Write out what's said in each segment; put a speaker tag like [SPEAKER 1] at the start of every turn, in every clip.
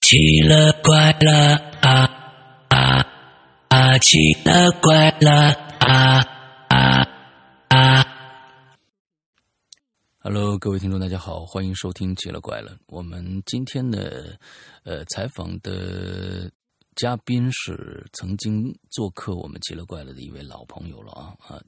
[SPEAKER 1] 奇了怪了啊啊啊！奇了怪了啊啊啊
[SPEAKER 2] ！Hello，各位听众，大家好，欢迎收听《奇了怪了》。我们今天的呃采访的嘉宾是曾经做客我们《奇了怪了》的一位老朋友了啊啊！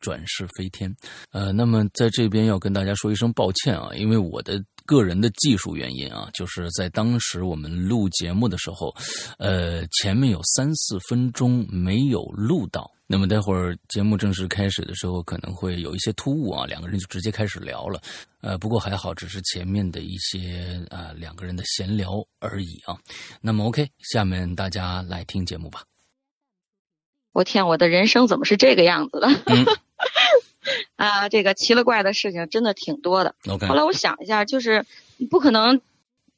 [SPEAKER 2] 转世飞天，呃，那么在这边要跟大家说一声抱歉啊，因为我的个人的技术原因啊，就是在当时我们录节目的时候，呃，前面有三四分钟没有录到。那么待会儿节目正式开始的时候，可能会有一些突兀啊，两个人就直接开始聊了。呃，不过还好，只是前面的一些啊、呃、两个人的闲聊而已啊。那么 OK，下面大家来听节目吧。
[SPEAKER 3] 我天，我的人生怎么是这个样子的？
[SPEAKER 2] 嗯
[SPEAKER 3] 啊，这个奇了怪的事情真的挺多的。
[SPEAKER 2] OK，
[SPEAKER 3] 后来我想一下，就是不可能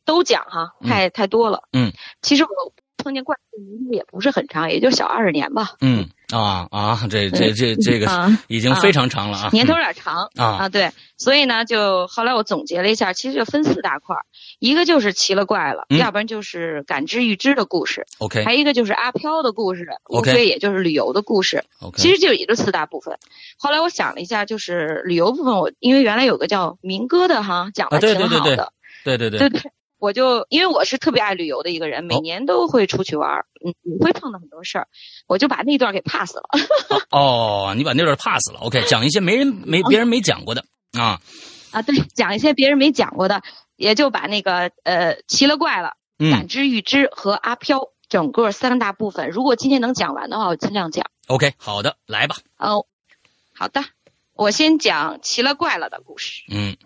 [SPEAKER 3] 都讲哈、
[SPEAKER 2] 嗯
[SPEAKER 3] 太太多了。
[SPEAKER 2] 嗯，
[SPEAKER 3] 其实我碰见怪事应该也不是很长，也就小二十年吧，
[SPEAKER 2] 嗯啊啊，这这这这个
[SPEAKER 3] 啊，
[SPEAKER 2] 已经非常长了啊，
[SPEAKER 3] 年头有点长、
[SPEAKER 2] 嗯啊
[SPEAKER 3] 啊。对，所以呢，就后来我总结了一下，其实就分四大块儿，一个就是奇了怪了，
[SPEAKER 2] 嗯
[SPEAKER 3] 要不然就是感知预知的故事，
[SPEAKER 2] OK
[SPEAKER 3] 还有一个就是阿飘的故事，无
[SPEAKER 2] OK
[SPEAKER 3] 非也就是旅游的故事。
[SPEAKER 2] OK，
[SPEAKER 3] 其实就也就四大部分。后来我想了一下，就是旅游部分我，因为原来有个叫民歌的哈，讲
[SPEAKER 2] 啊
[SPEAKER 3] 的
[SPEAKER 2] 对
[SPEAKER 3] 挺
[SPEAKER 2] 对
[SPEAKER 3] 好的，
[SPEAKER 2] 对对对哦对
[SPEAKER 3] 对对我就因为我是特别爱旅游的一个人，每年都会出去玩儿，嗯，会碰到很多事儿，我就把那段给 pass 了。
[SPEAKER 2] 哦，你把那段 pass 了，OK，讲一些没人没别人没讲过的啊，
[SPEAKER 3] 啊，对，讲一些别人没讲过的，也就把那个呃奇了怪了、
[SPEAKER 2] 嗯
[SPEAKER 3] 感知预知和阿飘整个三大部分，如果今天能讲完的话，我尽量讲。
[SPEAKER 2] ，OK，好的，来吧，
[SPEAKER 3] 哦，好的，我先讲奇了怪了的故事。
[SPEAKER 2] 嗯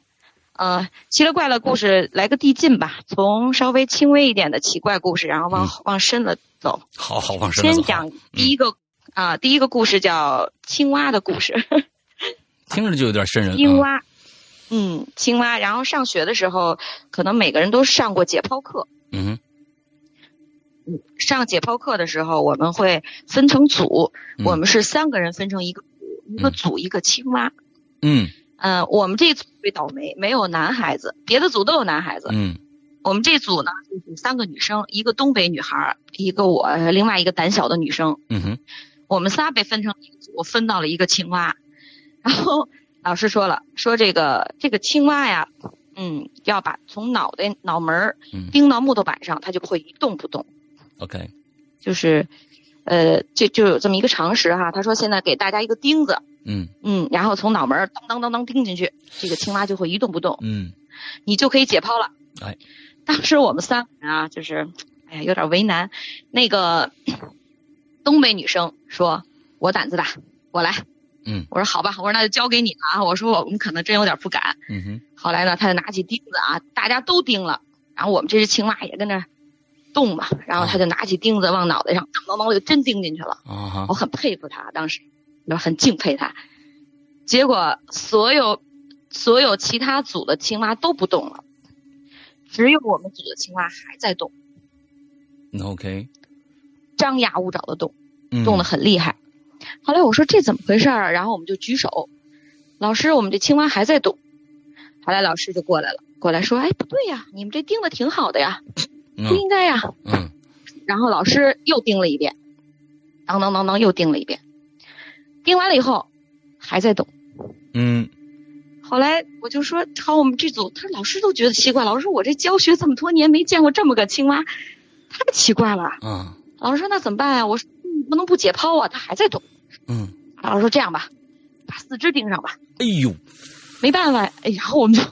[SPEAKER 3] 呃，奇了怪了故事来个递进吧，从稍微轻微一点的奇怪故事，然后往、往深了走。
[SPEAKER 2] 好好嗯往深了走，
[SPEAKER 3] 先
[SPEAKER 2] 嗯
[SPEAKER 3] 讲第一个啊、第一个故事叫青蛙的故事。
[SPEAKER 2] 嗯听着就有点瘆人，
[SPEAKER 3] 青
[SPEAKER 2] 啊
[SPEAKER 3] 蛙，嗯，青蛙。然后上学的时候，可能每个人都上过解剖课。
[SPEAKER 2] 嗯哼
[SPEAKER 3] 上解剖课的时候，我们会分成组，
[SPEAKER 2] 嗯
[SPEAKER 3] 我们是三个人分成一个组，一个
[SPEAKER 2] 嗯
[SPEAKER 3] 组一个青蛙。
[SPEAKER 2] 嗯
[SPEAKER 3] 嗯，我们这组最倒霉，没有男孩子，别的组都有男孩子。
[SPEAKER 2] 嗯
[SPEAKER 3] 我们这组呢，就是三个女生，一个东北女孩儿，一个我，另外一个胆小的女生。
[SPEAKER 2] 嗯哼，
[SPEAKER 3] 我们仨被分成一个组，分到了一个青蛙。然后老师说了，说这个这个青蛙呀，嗯，要把从脑袋脑门儿
[SPEAKER 2] 嗯
[SPEAKER 3] 钉到木头板上，它就不会一动不动。
[SPEAKER 2] ，OK，
[SPEAKER 3] 就是，呃，这就有这么一个常识哈。他说现在给大家一个钉子，
[SPEAKER 2] 嗯
[SPEAKER 3] 嗯，然后从脑门儿当当当当钉进去，这个青蛙就会一动不动。
[SPEAKER 2] 嗯
[SPEAKER 3] 你就可以解剖了。
[SPEAKER 2] 哎，
[SPEAKER 3] 当时我们三个人啊，就是哎呀有点为难。那个 东北女生说：“我胆子大，我来。”
[SPEAKER 2] 嗯，
[SPEAKER 3] 我说好吧，我说那就交给你了啊。我说我们可能真有点不敢。
[SPEAKER 2] 嗯哼，
[SPEAKER 3] 后来呢，他就拿起钉子啊，大家都钉了，然后我们这只青蛙也跟着动嘛，然后他就拿起钉子往脑袋上当当当就真钉进去了。
[SPEAKER 2] 啊哈
[SPEAKER 3] 我很佩服他，当时我很敬佩他。结果所有所有其他组的青蛙都不动了，只有我们组的青蛙还在动，
[SPEAKER 2] 那，OK，
[SPEAKER 3] 张牙舞爪的动，
[SPEAKER 2] 嗯
[SPEAKER 3] 动得很厉害。后来我说这怎么回事儿啊？然后我们就举手，老师，我们这青蛙还在动。后来老师就过来了，过来说：“哎，不对呀，你们这钉的挺好的呀，不
[SPEAKER 2] 嗯
[SPEAKER 3] 应该呀。
[SPEAKER 2] 嗯
[SPEAKER 3] 然后老师又盯了一遍，当当当当又盯了一遍，盯完了以后还在动。
[SPEAKER 2] 嗯
[SPEAKER 3] 后来我就说，好，我们这组，他说老师都觉得奇怪，老师说我这教学这么多年没见过这么个青蛙，太奇怪了。
[SPEAKER 2] 啊
[SPEAKER 3] 老师说那怎么办呀、我说、嗯不能不解剖啊，他还在动。
[SPEAKER 2] 嗯，
[SPEAKER 3] 老师说这样吧，把四肢钉上吧，
[SPEAKER 2] 哎呦，
[SPEAKER 3] 没办法，哎，然后我们就、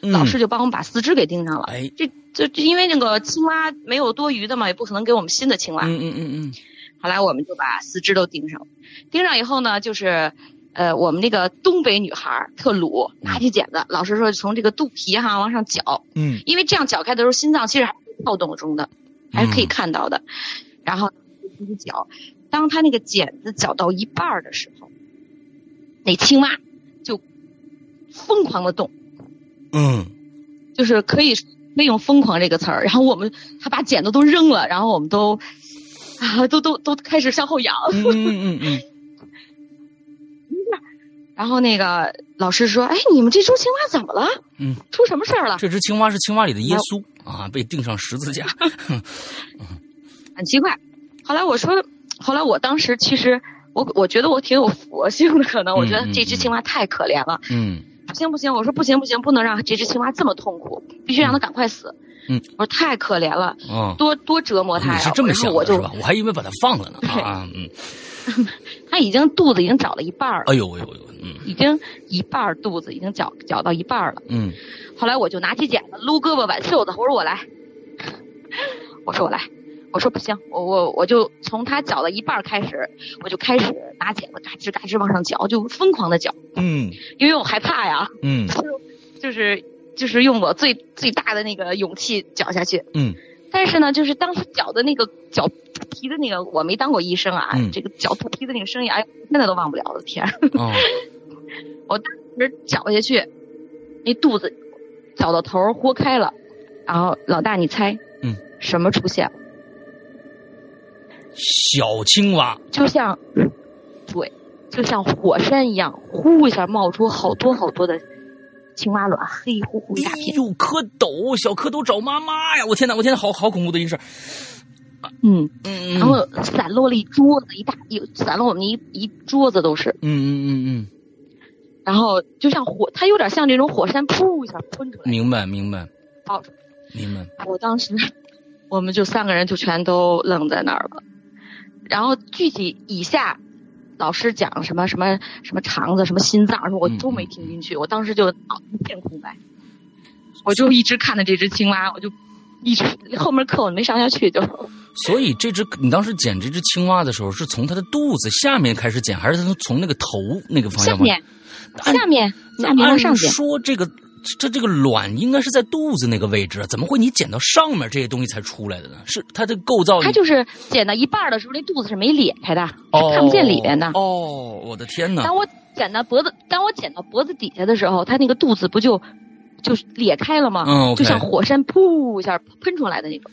[SPEAKER 2] 嗯
[SPEAKER 3] 老师就帮我们把四肢给钉上了。
[SPEAKER 2] 哎，
[SPEAKER 3] 这就就因为那个青蛙没有多余的嘛，也不可能给我们新的青蛙。
[SPEAKER 2] 嗯嗯嗯嗯
[SPEAKER 3] 后来我们就把四肢都钉上了，钉上以后呢，就是，呃，我们那个东北女孩儿特鲁，拿起剪子，老师说从这个肚皮哈往上绞，
[SPEAKER 2] 嗯
[SPEAKER 3] 因为这样绞开的时候，心脏其实还是跳动中的，还是可以
[SPEAKER 2] 嗯
[SPEAKER 3] 看到的。然后一直绞，当他那个剪子绞到一半儿的时候，那青蛙就疯狂的动，
[SPEAKER 2] 嗯，
[SPEAKER 3] 就是可以可以用“疯狂”这个词儿。然后我们他把剪子都扔了，然后我们都啊，都都都开始向后仰。
[SPEAKER 2] 嗯嗯嗯嗯
[SPEAKER 3] 然后那个老师说：“哎，你们这株青蛙怎么了？
[SPEAKER 2] 嗯，
[SPEAKER 3] 出什么事儿了
[SPEAKER 2] 这只青蛙是青蛙里的耶稣啊，被钉上十字架。？”
[SPEAKER 3] 很奇怪。后来我说，后来我当时其实我我觉得我挺有佛性的，可能我觉得
[SPEAKER 2] 嗯嗯
[SPEAKER 3] 这只青蛙太可怜了，
[SPEAKER 2] 嗯
[SPEAKER 3] 不行不行，我说不行不行，不能让这只青蛙这么痛苦，必须让它赶快死。
[SPEAKER 2] 嗯，
[SPEAKER 3] 我说太可怜了，
[SPEAKER 2] 哦，
[SPEAKER 3] 多多折磨它
[SPEAKER 2] 你
[SPEAKER 3] 呀。
[SPEAKER 2] 是这么
[SPEAKER 3] 然
[SPEAKER 2] 想
[SPEAKER 3] 后我
[SPEAKER 2] 的
[SPEAKER 3] 就是
[SPEAKER 2] 吧？我还以为把它放了呢啊，嗯，
[SPEAKER 3] 它已经肚子已经找了一半儿了，
[SPEAKER 2] 哎呦哎呦哎呦，嗯
[SPEAKER 3] 已经一半儿肚子已经绞绞到一半儿了。
[SPEAKER 2] 嗯
[SPEAKER 3] 后来我就拿起剪子撸胳膊挽袖子，我说我来， 我说我来，我说不行，我我我就从它绞到一半儿开始，我就开始拿剪子嘎吱嘎吱往上绞，就疯狂的绞，
[SPEAKER 2] 嗯
[SPEAKER 3] 因为我害怕呀，
[SPEAKER 2] 嗯
[SPEAKER 3] 就是就是用我最最大的那个勇气绞下去。
[SPEAKER 2] 嗯
[SPEAKER 3] 但是呢，就是当时绞的那个绞肚皮的那个，我没当过医生啊，
[SPEAKER 2] 嗯
[SPEAKER 3] 这个绞肚皮的那个声音，哎，现在都忘不了，我的天！
[SPEAKER 2] 哦，
[SPEAKER 3] 当时绞下去，那肚子绞到头儿豁开了，然后老大你猜，
[SPEAKER 2] 嗯，
[SPEAKER 3] 什么出现？
[SPEAKER 2] 小青蛙，
[SPEAKER 3] 就像，对，就像火山一样，呼一下冒出好多好多的青蛙卵，黑乎乎一大
[SPEAKER 2] 哎
[SPEAKER 3] 片。
[SPEAKER 2] 呦，蝌蚪，小蝌蚪找妈妈呀！我天哪，我天哪，好好恐怖的一事儿。
[SPEAKER 3] 嗯，
[SPEAKER 2] 嗯，
[SPEAKER 3] 然后散落了一桌子，一大一散落我们一一桌子都是。
[SPEAKER 2] 嗯嗯嗯嗯，
[SPEAKER 3] 然后就像火，它有点像这种火山噗一下喷出来。
[SPEAKER 2] 明白明白
[SPEAKER 3] 好，
[SPEAKER 2] 明白。
[SPEAKER 3] 我当时，我们就三个人就全都愣在那儿了。然后具体以下，老师讲什么什么什么肠子、什么心脏什么，我
[SPEAKER 2] 嗯
[SPEAKER 3] 都没
[SPEAKER 2] 嗯
[SPEAKER 3] 听进去。我当时就脑一片空白，我就一直看着这只青蛙，我就一直后面课我没上下去就，
[SPEAKER 2] 所以这只你当时捡这只青蛙的时候，是从它的肚子下面开始捡，还是它从那个头那个方
[SPEAKER 3] 下
[SPEAKER 2] 向往？
[SPEAKER 3] 面
[SPEAKER 2] 按
[SPEAKER 3] 下面
[SPEAKER 2] 那
[SPEAKER 3] 下面
[SPEAKER 2] 按
[SPEAKER 3] 往上捡，
[SPEAKER 2] 说这个这这个卵应该是在肚子那个位置，怎么会你捡到上面这些东西才出来的呢？是它的构造，
[SPEAKER 3] 它就是剪到一半儿的时候，那肚子是没裂开的，
[SPEAKER 2] 哦
[SPEAKER 3] 看不见里面的
[SPEAKER 2] 哦，我的天哪！
[SPEAKER 3] 当我剪到脖子，当我剪到脖子底下的时候，它那个肚子不就就裂开了吗？
[SPEAKER 2] 嗯，OK
[SPEAKER 3] 就像火山噗一下喷出来的那种。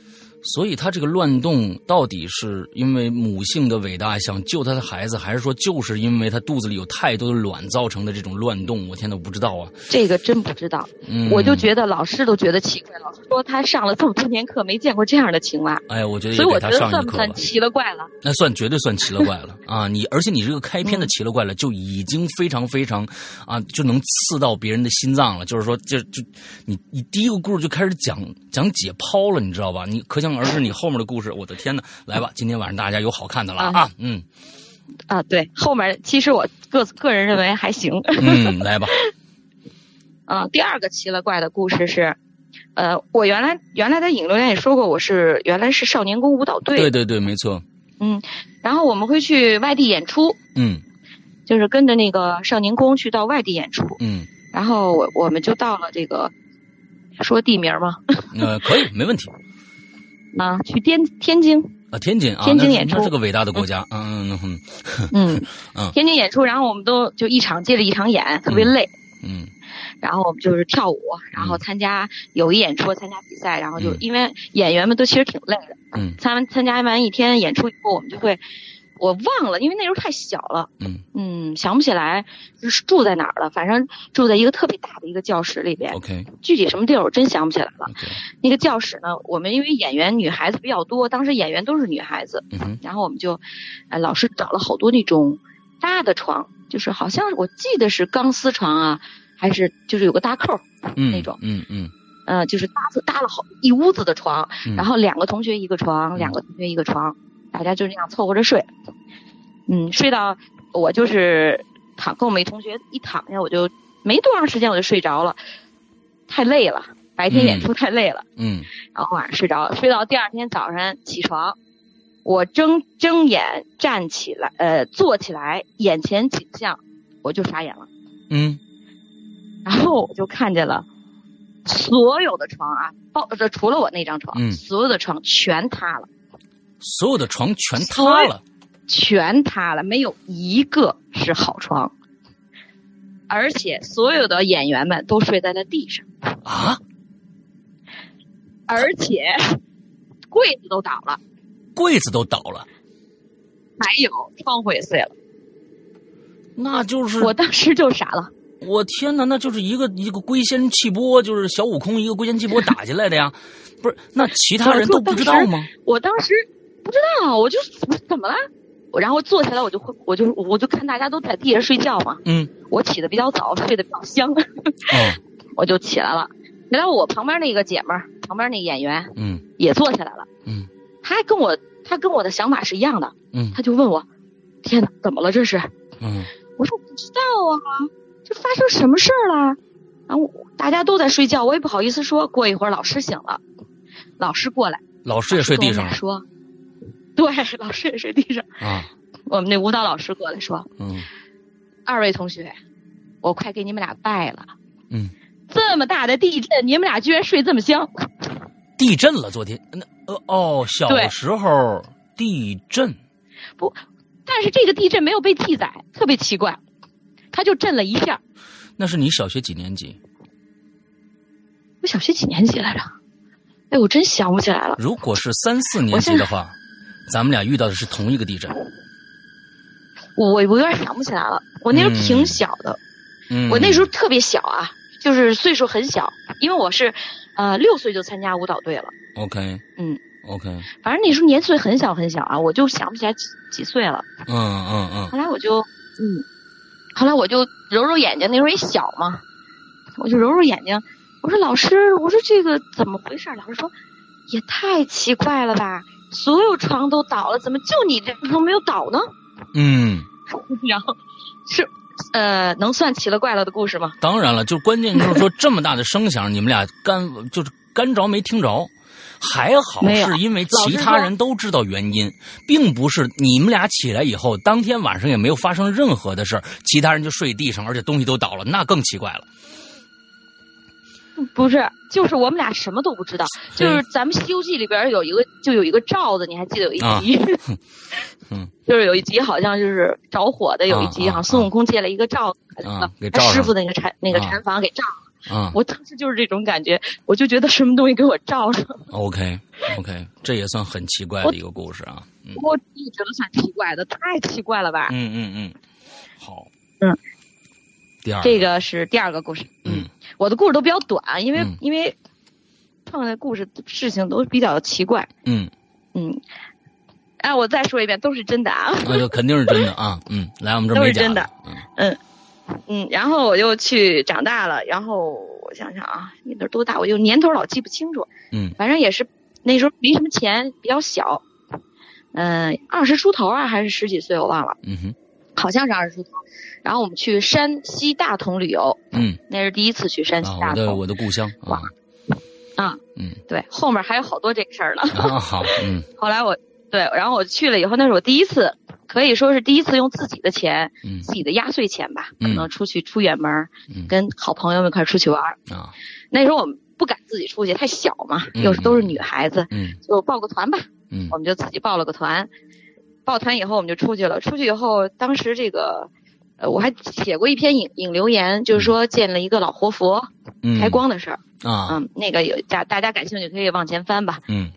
[SPEAKER 2] 所以它这个乱动到底是因为母性的伟大想救它的孩子，还是说就是因为它肚子里有太多的卵造成的这种乱动？我天哪，我不知道啊！
[SPEAKER 3] 这个真不知道，
[SPEAKER 2] 嗯，
[SPEAKER 3] 我就觉得老师都觉得奇怪。老师说他上了这么多年课，没见过这样的青蛙，
[SPEAKER 2] 哎呀，我觉得也
[SPEAKER 3] 所以我
[SPEAKER 2] 给他
[SPEAKER 3] 觉得
[SPEAKER 2] 上
[SPEAKER 3] 算
[SPEAKER 2] 一
[SPEAKER 3] 不
[SPEAKER 2] 课
[SPEAKER 3] 算
[SPEAKER 2] 吧，
[SPEAKER 3] 奇了怪了？
[SPEAKER 2] 那算绝对算奇了怪了啊！你而且你这个开
[SPEAKER 3] 嗯
[SPEAKER 2] 篇的奇了怪了，就已经非常非常啊，就能刺到别人的心脏了。就是说，就就你你第一个故事就开始讲讲解剖了，你知道吧？你可想而知你后面的故事，我的天哪！来吧，今天晚上大家有好看的了啊！嗯
[SPEAKER 3] 啊，对，后面其实我个个人认为还行。
[SPEAKER 2] 嗯，来 吧，
[SPEAKER 3] 啊，第二个奇了怪的故事是，呃，我原来原来在影流院也说过，我是原来是少年宫舞蹈队，
[SPEAKER 2] 对对对，没错，
[SPEAKER 3] 然后我们会去外地演出，
[SPEAKER 2] 嗯
[SPEAKER 3] 就是跟着那个少年宫去到外地演出，
[SPEAKER 2] 嗯，
[SPEAKER 3] 然后我我们就到了这个，说地名吗？
[SPEAKER 2] 呃，可以，没问题
[SPEAKER 3] 啊，去天天津，
[SPEAKER 2] 啊。天津啊，
[SPEAKER 3] 天津
[SPEAKER 2] 那是
[SPEAKER 3] 演出
[SPEAKER 2] 那是个伟大的国家，嗯嗯嗯
[SPEAKER 3] 嗯
[SPEAKER 2] 嗯，
[SPEAKER 3] 天津演出，然后我们都就一场接着一场演，特别累，
[SPEAKER 2] 嗯
[SPEAKER 3] 然后我们就是跳舞，然后参加有一演出，参加比赛，然后就、
[SPEAKER 2] 嗯
[SPEAKER 3] 因为演员们都其实挺累的，
[SPEAKER 2] 嗯
[SPEAKER 3] 参完参加完一天演出以后，我们就会。我忘了，因为那时候太小了，
[SPEAKER 2] 嗯
[SPEAKER 3] 嗯，想不起来是住在哪儿了。反正住在一个特别大的一个教室里边，
[SPEAKER 2] ，OK
[SPEAKER 3] 具体什么地儿我真想不起来了。
[SPEAKER 2] OK，
[SPEAKER 3] 那个教室呢，我们因为演员女孩子比较多，当时演员都是女孩子，
[SPEAKER 2] 嗯哼，
[SPEAKER 3] 然后我们就，呃，老师找了好多那种搭的床，就是好像我记得是钢丝床啊，还是就是有个搭扣，
[SPEAKER 2] 嗯
[SPEAKER 3] 那种
[SPEAKER 2] 嗯嗯
[SPEAKER 3] 呃，就是搭子搭了好一屋子的床，
[SPEAKER 2] 嗯，
[SPEAKER 3] 然后两个同学一个
[SPEAKER 2] 嗯
[SPEAKER 3] 床，两个同学一个床，大家就这样凑合着睡，嗯，睡到我就是躺跟我们一同学一躺下，我就没多长时间我就睡着了，太累了，白天演出太累了。
[SPEAKER 2] 嗯
[SPEAKER 3] 然后晚上睡着了，睡到第二天早上起床，我睁睁眼站起来，呃，坐起来，眼前景象我就傻眼了，
[SPEAKER 2] 嗯
[SPEAKER 3] 然后我就看见了所有的床啊，包这除了我那张床，
[SPEAKER 2] 嗯
[SPEAKER 3] 所有的床啊全塌了，
[SPEAKER 2] 所有的床全塌了。
[SPEAKER 3] 全塌了，没有一个是好床，而且所有的演员们都睡在了地上，
[SPEAKER 2] 啊，
[SPEAKER 3] 而且柜子都倒了，
[SPEAKER 2] 柜子都倒了，
[SPEAKER 3] 还有窗户也碎了。
[SPEAKER 2] 那就是
[SPEAKER 3] 我当时就傻了。
[SPEAKER 2] 我天哪，那就是一个一个龟仙气波，就是小悟空一个龟仙气波打进来的呀，不是？那其他人都不知道吗？
[SPEAKER 3] 我当时不知道，我就怎么了？我然后坐下来我，我就我就我就看大家都在地上睡觉嘛。
[SPEAKER 2] 嗯，哦
[SPEAKER 3] 我起的比较早，睡得比较香， 我就起来了。然后我旁边那个姐们儿，旁边那演员
[SPEAKER 2] 嗯
[SPEAKER 3] 也坐下来了，
[SPEAKER 2] 嗯
[SPEAKER 3] 她跟我她跟我的想法是一样的，
[SPEAKER 2] 嗯
[SPEAKER 3] 她就问我：“天哪，怎么了这是
[SPEAKER 2] 嗯？”
[SPEAKER 3] 我说：“不知道啊，这发生什么事儿了？”然后大家都在睡觉，我也不好意思说。过一会儿老师醒了，老师过来，
[SPEAKER 2] 老师也睡地上
[SPEAKER 3] 跟我们俩
[SPEAKER 2] 了
[SPEAKER 3] 说，对，老师也睡地上。
[SPEAKER 2] 啊，
[SPEAKER 3] 我们那舞蹈老师过来说
[SPEAKER 2] 嗯：“
[SPEAKER 3] 二位同学，我快给你们俩拜了，
[SPEAKER 2] 嗯，
[SPEAKER 3] 这么大的地震，你们俩居然睡这么香。”
[SPEAKER 2] 地震了，昨天那呃哦，小
[SPEAKER 3] 对
[SPEAKER 2] 时候地震，
[SPEAKER 3] 但是这个地震没有被记载，特别奇怪，它就震了一下。
[SPEAKER 2] 那是你小学几年级？
[SPEAKER 3] 我小学几年级来着？哎，我真想不起来了。
[SPEAKER 2] 如果是三四年
[SPEAKER 3] 我
[SPEAKER 2] 级
[SPEAKER 3] 现在
[SPEAKER 2] 的话，咱们俩遇到的是同一个地震。
[SPEAKER 3] 我我有点想不起来了。我那时候挺小的，
[SPEAKER 2] 嗯，
[SPEAKER 3] 我那时候特别小啊，就是岁数很小，因为我是，呃，六岁就参加舞蹈队了。
[SPEAKER 2] OK，
[SPEAKER 3] 嗯
[SPEAKER 2] ，OK，
[SPEAKER 3] 反正那时候年岁很小很小啊，我就想不起来几几岁了。
[SPEAKER 2] 嗯嗯嗯
[SPEAKER 3] 后来我就，嗯，后来我就揉揉眼睛，那时候也小嘛，我就揉揉眼睛，我说老师，我说这个怎么回事儿？老师说，也太奇怪了吧，所有床都倒了，怎么就你这床没有倒呢？
[SPEAKER 2] 嗯，
[SPEAKER 3] 然后是，呃，能算奇了怪了的故事吗？
[SPEAKER 2] 当然了，就关键就是说这么大的声响，你们俩干就是干着没听着。还好
[SPEAKER 3] 没有
[SPEAKER 2] 是因为
[SPEAKER 3] 老
[SPEAKER 2] 其
[SPEAKER 3] 师
[SPEAKER 2] 他
[SPEAKER 3] 说
[SPEAKER 2] 人都知道原因，并不是你们俩起来以后，当天晚上也没有发生任何的事儿，其他人就睡地上，而且东西都倒了，那更奇怪了。
[SPEAKER 3] 不是，就是我们俩什么都不知 道，就是咱们《西游记》里边有一个，就有一个罩子，你还记得有一 集？
[SPEAKER 2] 啊嗯
[SPEAKER 3] 就是有一集好像就是着火的，有一集
[SPEAKER 2] 啊啊
[SPEAKER 3] 好像孙悟空借了一个罩子，
[SPEAKER 2] 啊给罩
[SPEAKER 3] 他
[SPEAKER 2] 上了
[SPEAKER 3] 师傅的那个禅那个
[SPEAKER 2] 啊
[SPEAKER 3] 禅房给罩了。
[SPEAKER 2] 啊
[SPEAKER 3] 我当时就是这种感觉，我就觉得什么东西给我罩上，
[SPEAKER 2] 嗯，OK OK，这也算很奇怪的一个故事啊。嗯
[SPEAKER 3] 我一直都算奇怪的，太奇怪了吧？
[SPEAKER 2] 嗯嗯嗯，好。
[SPEAKER 3] 嗯，
[SPEAKER 2] 第二
[SPEAKER 3] 这个是第二个故事。
[SPEAKER 2] 嗯，
[SPEAKER 3] 我的故事都比较短，因为、
[SPEAKER 2] 嗯
[SPEAKER 3] 因为碰到的故事事情都比较奇怪。
[SPEAKER 2] 嗯，
[SPEAKER 3] 嗯，哎，我再说一遍，都是真的啊。
[SPEAKER 2] 那就肯定是真的啊。嗯，来我们这儿
[SPEAKER 3] 都
[SPEAKER 2] 没
[SPEAKER 3] 是
[SPEAKER 2] 假
[SPEAKER 3] 真的
[SPEAKER 2] 嗯
[SPEAKER 3] 嗯，然后我就去长大了，然后我想想啊，那阵儿多大，我就年头老记不清楚，
[SPEAKER 2] 嗯
[SPEAKER 3] 反正也是那时候没什么钱，比较小，嗯、二十出头啊，还是十几岁，我忘了，
[SPEAKER 2] 嗯哼
[SPEAKER 3] 好像是二十出头。然后我们去山西大同旅游，
[SPEAKER 2] 嗯
[SPEAKER 3] 那是第一次去山西
[SPEAKER 2] 啊，
[SPEAKER 3] 大
[SPEAKER 2] 我的
[SPEAKER 3] 同
[SPEAKER 2] 我的故乡啊
[SPEAKER 3] 哇啊，
[SPEAKER 2] 嗯
[SPEAKER 3] 对，后面还有好多这个事儿呢。
[SPEAKER 2] 啊好嗯
[SPEAKER 3] 后来我对，然后我去了以后，那是我第一次，可以说是第一次用自己的钱，
[SPEAKER 2] 嗯
[SPEAKER 3] 自己的压岁钱吧，
[SPEAKER 2] 嗯
[SPEAKER 3] 可能出去出远门儿，
[SPEAKER 2] 嗯
[SPEAKER 3] 跟好朋友们一块儿出去玩儿。
[SPEAKER 2] 啊
[SPEAKER 3] 那时候我们不敢自己出去，太小嘛，
[SPEAKER 2] 嗯
[SPEAKER 3] 又是都是女孩子，
[SPEAKER 2] 嗯
[SPEAKER 3] 就报个团吧。
[SPEAKER 2] 嗯
[SPEAKER 3] 我们就自己报了个团，报团以后我们就出去了。出去以后，当时这个，呃，我还写过一篇引引流言，就是说见了一个老活佛
[SPEAKER 2] 嗯
[SPEAKER 3] 开光的事儿。
[SPEAKER 2] 啊
[SPEAKER 3] 嗯，那个有大大家感兴趣可以往前翻吧。
[SPEAKER 2] 嗯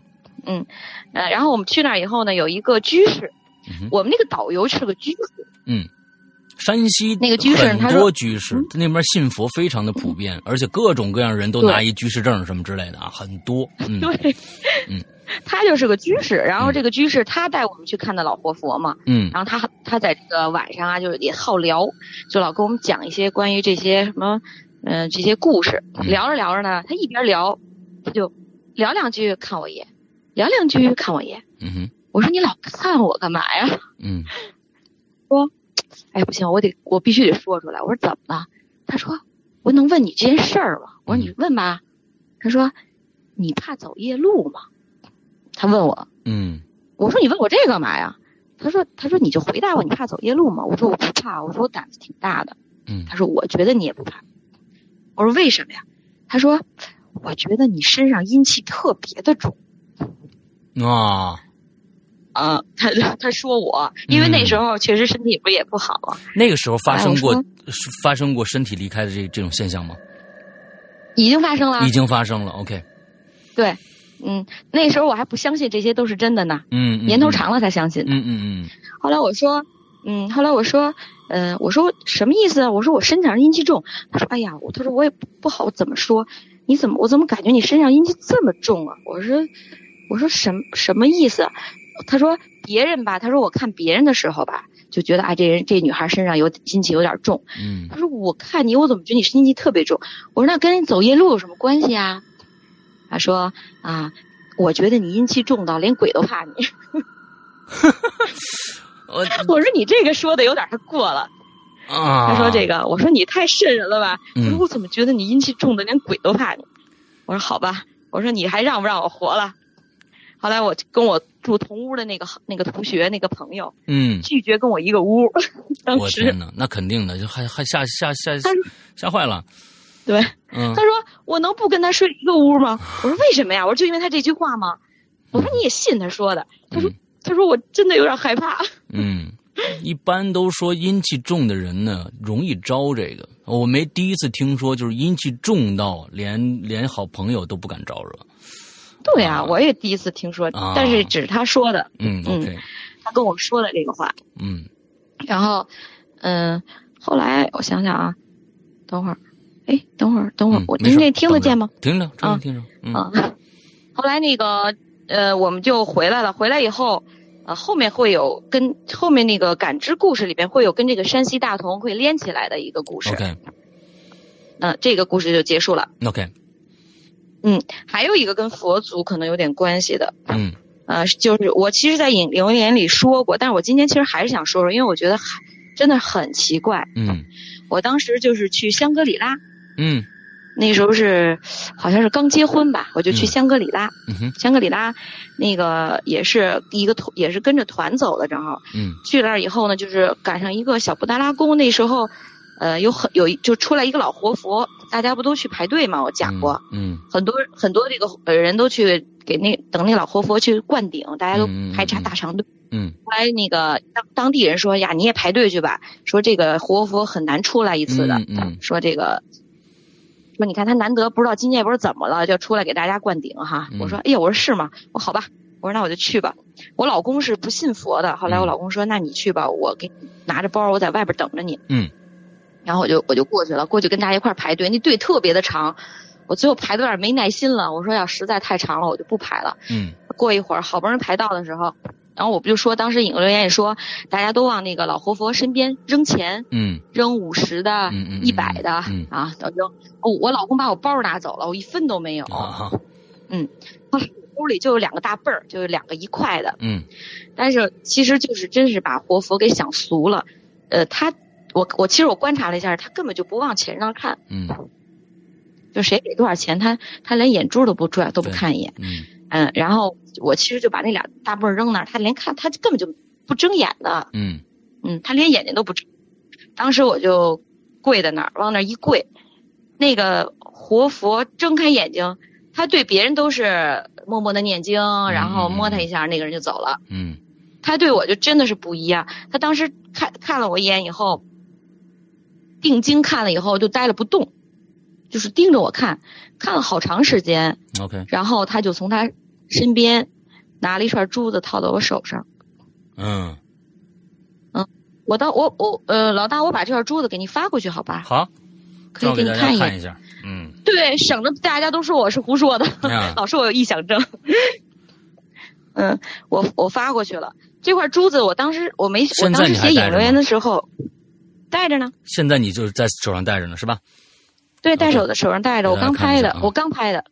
[SPEAKER 3] 呃，然后我们去那儿以后呢，有一个居士，
[SPEAKER 2] 嗯哼
[SPEAKER 3] 我们那个导游是个居士，
[SPEAKER 2] 山西
[SPEAKER 3] 那个居士
[SPEAKER 2] 很
[SPEAKER 3] 他
[SPEAKER 2] 多
[SPEAKER 3] 说
[SPEAKER 2] 居士
[SPEAKER 3] 嗯，
[SPEAKER 2] 那边信佛非常的普遍，而且各种各样的人都
[SPEAKER 3] 对
[SPEAKER 2] 拿一居士证什么之类的啊，很多。嗯
[SPEAKER 3] 对，
[SPEAKER 2] 嗯
[SPEAKER 3] 他就是个居士。然后
[SPEAKER 2] 嗯
[SPEAKER 3] 这个居士他带我们去看的老活佛嘛，
[SPEAKER 2] 嗯
[SPEAKER 3] 然后他他在这个晚上啊，就是也好聊，就老跟我们讲一些关于这些什么，嗯、这些故事。
[SPEAKER 2] 嗯
[SPEAKER 3] 聊着聊着呢，他一边聊，他就聊两句看我一眼，聊两句看我一眼。
[SPEAKER 2] 嗯哼
[SPEAKER 3] 我说你老看我干嘛呀？
[SPEAKER 2] 嗯
[SPEAKER 3] 哎，不行，我得我必须得说出来。我说怎么了？他说我能问你这件事儿吗？我说你问吧。他说你怕走夜路吗？他问我，
[SPEAKER 2] 嗯
[SPEAKER 3] 我说你问我这干嘛呀？他说他说你就回答我，你怕走夜路吗？我说我不怕，我说我胆子挺大的。
[SPEAKER 2] 嗯
[SPEAKER 3] 他说我觉得你也不怕。我说为什么呀？他说我觉得你身上阴气特别的重
[SPEAKER 2] 啊，
[SPEAKER 3] 啊、他他说我，因为
[SPEAKER 2] 嗯
[SPEAKER 3] 那时候确实身体不是也不好嘛，
[SPEAKER 2] 那个时候发
[SPEAKER 3] 哎
[SPEAKER 2] 生
[SPEAKER 3] 我
[SPEAKER 2] 过
[SPEAKER 3] 说
[SPEAKER 2] 是发生过身体离开的这这种现象吗？
[SPEAKER 3] 已经发生了
[SPEAKER 2] 已。经发生了，OK，
[SPEAKER 3] 对，嗯，那时候我还不相信这些都是真的呢，
[SPEAKER 2] 嗯，嗯
[SPEAKER 3] 年头
[SPEAKER 2] 嗯
[SPEAKER 3] 长了才相信。
[SPEAKER 2] 嗯嗯
[SPEAKER 3] 后来我说，嗯，后来我说，呃，我说什么意思啊？我说我身上阴气重。他说，哎呀，我他说我也不不好怎么说，你怎么我怎么感觉你身上阴气这么重啊？我说，我说什么什么意思啊？他说别人吧，他说我看别人的时候吧，就觉得啊这人这女孩身上有阴气有点重。
[SPEAKER 2] 嗯
[SPEAKER 3] 他说我看你，我怎么觉得你阴气特别重？我说那跟你走夜路有什么关系啊？他说啊，我觉得你阴气重到连鬼都怕你。
[SPEAKER 2] 我
[SPEAKER 3] 我说你这个说的有点太过了。
[SPEAKER 2] 啊，
[SPEAKER 3] 他说这个，我说你太瘆人了吧？
[SPEAKER 2] 嗯
[SPEAKER 3] 我说我怎么觉得你阴气重的连鬼都怕你？我说好吧，我说你还让不让我活了？后来我跟我住同屋的那个那个同学那个朋友
[SPEAKER 2] 嗯，
[SPEAKER 3] 拒绝跟我一个屋， 当
[SPEAKER 2] 我
[SPEAKER 3] 时
[SPEAKER 2] 天哪，那肯定的，就还还吓吓吓
[SPEAKER 3] 他
[SPEAKER 2] 吓坏了，
[SPEAKER 3] 对
[SPEAKER 2] 嗯
[SPEAKER 3] 他说我能不跟他睡一个屋吗？我说为什么呀？我说就因为他这句话吗？我说你也信他说的？他说、
[SPEAKER 2] 嗯
[SPEAKER 3] 他说我真的有点害怕。
[SPEAKER 2] 嗯。一般都说阴气重的人呢，容易招这个。我没第一次听说，就是阴气重到连连好朋友都不敢招惹。
[SPEAKER 3] 对呀、
[SPEAKER 2] 啊
[SPEAKER 3] 我也第一次听说，
[SPEAKER 2] 啊
[SPEAKER 3] 但是只是他说的，
[SPEAKER 2] 嗯，OK，
[SPEAKER 3] 他跟我说的这个话。
[SPEAKER 2] 嗯
[SPEAKER 3] 然后，嗯、后来我想想啊，等会儿，哎，等会儿，等会儿，
[SPEAKER 2] 嗯，
[SPEAKER 3] 我
[SPEAKER 2] 没事
[SPEAKER 3] 您这听得见吗？？
[SPEAKER 2] 等着听着，
[SPEAKER 3] 啊
[SPEAKER 2] 听着，嗯听着。
[SPEAKER 3] 啊，后来那个，呃，我们就回来了。回来以后，呃，后面会有跟后面那个感知故事里边会有跟这个山西大同会连起来的一个故事。
[SPEAKER 2] 嗯，OK
[SPEAKER 3] 呃，这个故事就结束了。
[SPEAKER 2] OK，
[SPEAKER 3] 还有一个跟佛祖可能有点关系的，
[SPEAKER 2] 嗯
[SPEAKER 3] 呃，就是我其实，在引留言里说过，但是我今天其实还是想说说，因为我觉得还真的很奇怪。
[SPEAKER 2] 嗯
[SPEAKER 3] 我当时就是去香格里拉，
[SPEAKER 2] 嗯
[SPEAKER 3] 那时候是好像是刚结婚吧，我就去
[SPEAKER 2] 嗯
[SPEAKER 3] 香格里拉。
[SPEAKER 2] 嗯哼
[SPEAKER 3] 香格里拉那个也是一个团，也是跟着团走的，正好
[SPEAKER 2] 嗯
[SPEAKER 3] 去那儿以后呢，就是赶上一个小布达拉宫。那时候，呃，有很有一就出来一个老活佛，大家不都去排队嘛？我讲过，，
[SPEAKER 2] 嗯
[SPEAKER 3] 很多很多这个呃人都去给那等那老活佛去灌顶，大家都
[SPEAKER 2] 嗯嗯嗯
[SPEAKER 3] 排长
[SPEAKER 2] 嗯
[SPEAKER 3] 大长队。
[SPEAKER 2] 嗯
[SPEAKER 3] 后来那个当当地人说呀，你也排队去吧，说这个活佛很难出来一次的，
[SPEAKER 2] 嗯嗯
[SPEAKER 3] 说这个。说你看他难得不知道今年也不知道怎么了，就出来给大家灌顶哈。
[SPEAKER 2] 嗯
[SPEAKER 3] 我说哎呀，我说是吗？我说好吧，我说那我就去吧。我老公是不信佛的，后来我
[SPEAKER 2] 嗯
[SPEAKER 3] 老公说、那你去吧，我给你拿着包，我在外边等着你。
[SPEAKER 2] 嗯。
[SPEAKER 3] 然后我就我就过去了，过去跟大家一块儿排队，那队特别的长，我最后排的有点没耐心了，我说要实在太长了，我就不排了。
[SPEAKER 2] 嗯
[SPEAKER 3] 过一会儿好不容易排到的时候，然后我不就说，当时引个留言也说，大家都往那个老活佛身边扔钱，
[SPEAKER 2] 嗯
[SPEAKER 3] 扔五十的、
[SPEAKER 2] 嗯嗯，
[SPEAKER 3] 一百的、
[SPEAKER 2] 嗯
[SPEAKER 3] 啊，都扔。哦，我老公把我包拿走了，我一分都没有。
[SPEAKER 2] 啊
[SPEAKER 3] 屋里就有两个大背儿，就有两个一块的，
[SPEAKER 2] 嗯
[SPEAKER 3] 但是其实就是真是把活佛给想俗了。呃，他我我其实我观察了一下，他根本就不往钱上看，
[SPEAKER 2] 嗯
[SPEAKER 3] 就谁给多少钱，他他连眼珠都不转都不
[SPEAKER 2] 对
[SPEAKER 3] 看一眼。
[SPEAKER 2] 嗯
[SPEAKER 3] 嗯，然后我其实就把那俩大泵扔那儿，他连看他根本就不睁眼的，
[SPEAKER 2] 嗯
[SPEAKER 3] 嗯，他连眼睛都不睁。当时我就跪在那儿，往那儿一跪，那个活佛睁开眼睛，他对别人都是默默的念经，然后摸他一下，那个人就走了。
[SPEAKER 2] 嗯
[SPEAKER 3] 他对我就真的是不一样，他当时看看了我一眼以后，定睛看了以后就呆了不动，就是盯着我看，看了好长时间。
[SPEAKER 2] ，OK，
[SPEAKER 3] 然后他就从他身边拿了一串珠子套到我手上。
[SPEAKER 2] 嗯，
[SPEAKER 3] 我当我我呃老大，我把这串珠子给你发过去，好吧？
[SPEAKER 2] 好，
[SPEAKER 3] 可
[SPEAKER 2] 照
[SPEAKER 3] 以
[SPEAKER 2] 给
[SPEAKER 3] 给你
[SPEAKER 2] 大家
[SPEAKER 3] 看一
[SPEAKER 2] 看
[SPEAKER 3] 眼。
[SPEAKER 2] 一下，嗯
[SPEAKER 3] 对，省得大家都说我是胡说的，
[SPEAKER 2] 啊
[SPEAKER 3] 老说我有臆想症。嗯，我我发过去了这块珠子，我当时我没我
[SPEAKER 2] 现在
[SPEAKER 3] 当时
[SPEAKER 2] 你还
[SPEAKER 3] 写
[SPEAKER 2] 戴
[SPEAKER 3] 引
[SPEAKER 2] 着
[SPEAKER 3] 流
[SPEAKER 2] 吗
[SPEAKER 3] 言的时候戴着呢，
[SPEAKER 2] 现在你就是在手上戴着呢，是吧？
[SPEAKER 3] 对，戴
[SPEAKER 2] OK
[SPEAKER 3] 手的手上戴着，
[SPEAKER 2] 给
[SPEAKER 3] 我
[SPEAKER 2] 大家
[SPEAKER 3] 刚
[SPEAKER 2] 看一
[SPEAKER 3] 拍
[SPEAKER 2] 下
[SPEAKER 3] 的
[SPEAKER 2] 啊，
[SPEAKER 3] 我刚拍的，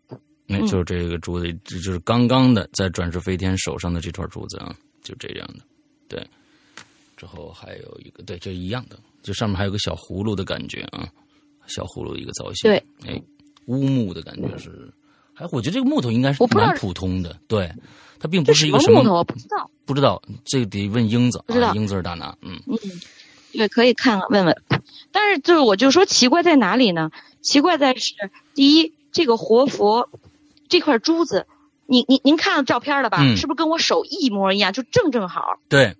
[SPEAKER 2] 那
[SPEAKER 3] 嗯
[SPEAKER 2] 就是这个珠子，这就是刚刚的在转世飞天手上的这串珠子啊，就这样的。对，之后还有一个，对，这一样的，就上面还有个小葫芦的感觉啊，小葫芦一个造型。
[SPEAKER 3] 对，
[SPEAKER 2] 哎，乌木的感觉是，还我觉得这个木头应该是
[SPEAKER 3] 我不知道
[SPEAKER 2] 蛮普通的，对，它并不
[SPEAKER 3] 这
[SPEAKER 2] 是一
[SPEAKER 3] 么
[SPEAKER 2] 个
[SPEAKER 3] 木头我不知道，
[SPEAKER 2] 不知道，这个得问英子
[SPEAKER 3] 不知
[SPEAKER 2] 啊，
[SPEAKER 3] 道
[SPEAKER 2] 英子儿大拿，嗯
[SPEAKER 3] 嗯，对，可以看看问问。但是就是我就说奇怪在哪里呢？奇怪在是第一，这个活佛这块珠子，您您您看到照片了吧？
[SPEAKER 2] 嗯
[SPEAKER 3] 是不是跟我手一模一样，就正正好？
[SPEAKER 2] 对，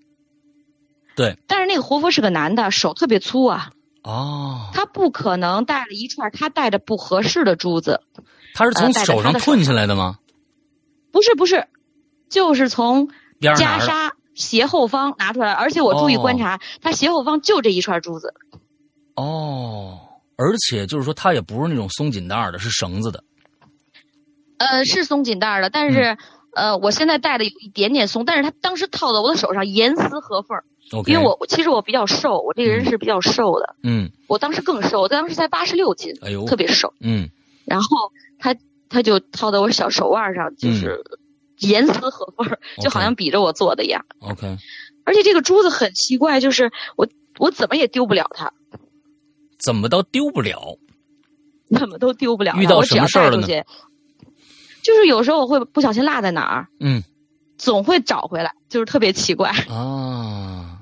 [SPEAKER 2] 对，
[SPEAKER 3] 但是那个活佛是个男的，手特别粗啊，
[SPEAKER 2] 哦，
[SPEAKER 3] 他不可能戴了一串他戴着不合适的珠子。
[SPEAKER 2] 它是从
[SPEAKER 3] 呃戴在
[SPEAKER 2] 手上
[SPEAKER 3] 他的手
[SPEAKER 2] 褪下来的吗？
[SPEAKER 3] 不是不是，就是从
[SPEAKER 2] 边儿哪哦
[SPEAKER 3] 袈
[SPEAKER 2] 儿？
[SPEAKER 3] 裟斜后方拿出来，而且我注意观察，它斜后方就这一串珠子，
[SPEAKER 2] 哦，而且就是说，它也不是那种松紧带儿的，是绳子的。
[SPEAKER 3] 呃，是松紧带儿的，但是、
[SPEAKER 2] 嗯
[SPEAKER 3] 呃，我现在戴的有一点点松，但是它当时套在我的手上严丝合缝儿，
[SPEAKER 2] OK，
[SPEAKER 3] 因为我其实我比较瘦，我这个人是比较瘦的，
[SPEAKER 2] 嗯
[SPEAKER 3] 我当时更瘦，我当时才八十六斤，
[SPEAKER 2] 哎呦
[SPEAKER 3] 特别瘦，
[SPEAKER 2] 嗯
[SPEAKER 3] 然后它它就套在我小手腕上，
[SPEAKER 2] 嗯
[SPEAKER 3] 就是严丝合缝儿，就好像比着我做的一样。
[SPEAKER 2] ，OK，
[SPEAKER 3] 而且这个珠子很奇怪，就是我我怎么也丢不了它，
[SPEAKER 2] 怎么到丢不了？
[SPEAKER 3] 怎么都丢不了它。
[SPEAKER 2] 遇到
[SPEAKER 3] 我只要
[SPEAKER 2] 什么事儿
[SPEAKER 3] 带
[SPEAKER 2] 了
[SPEAKER 3] 出去，就是有时候我会不小心落在哪儿，
[SPEAKER 2] 嗯
[SPEAKER 3] 总会找回来，就是特别奇怪。
[SPEAKER 2] 啊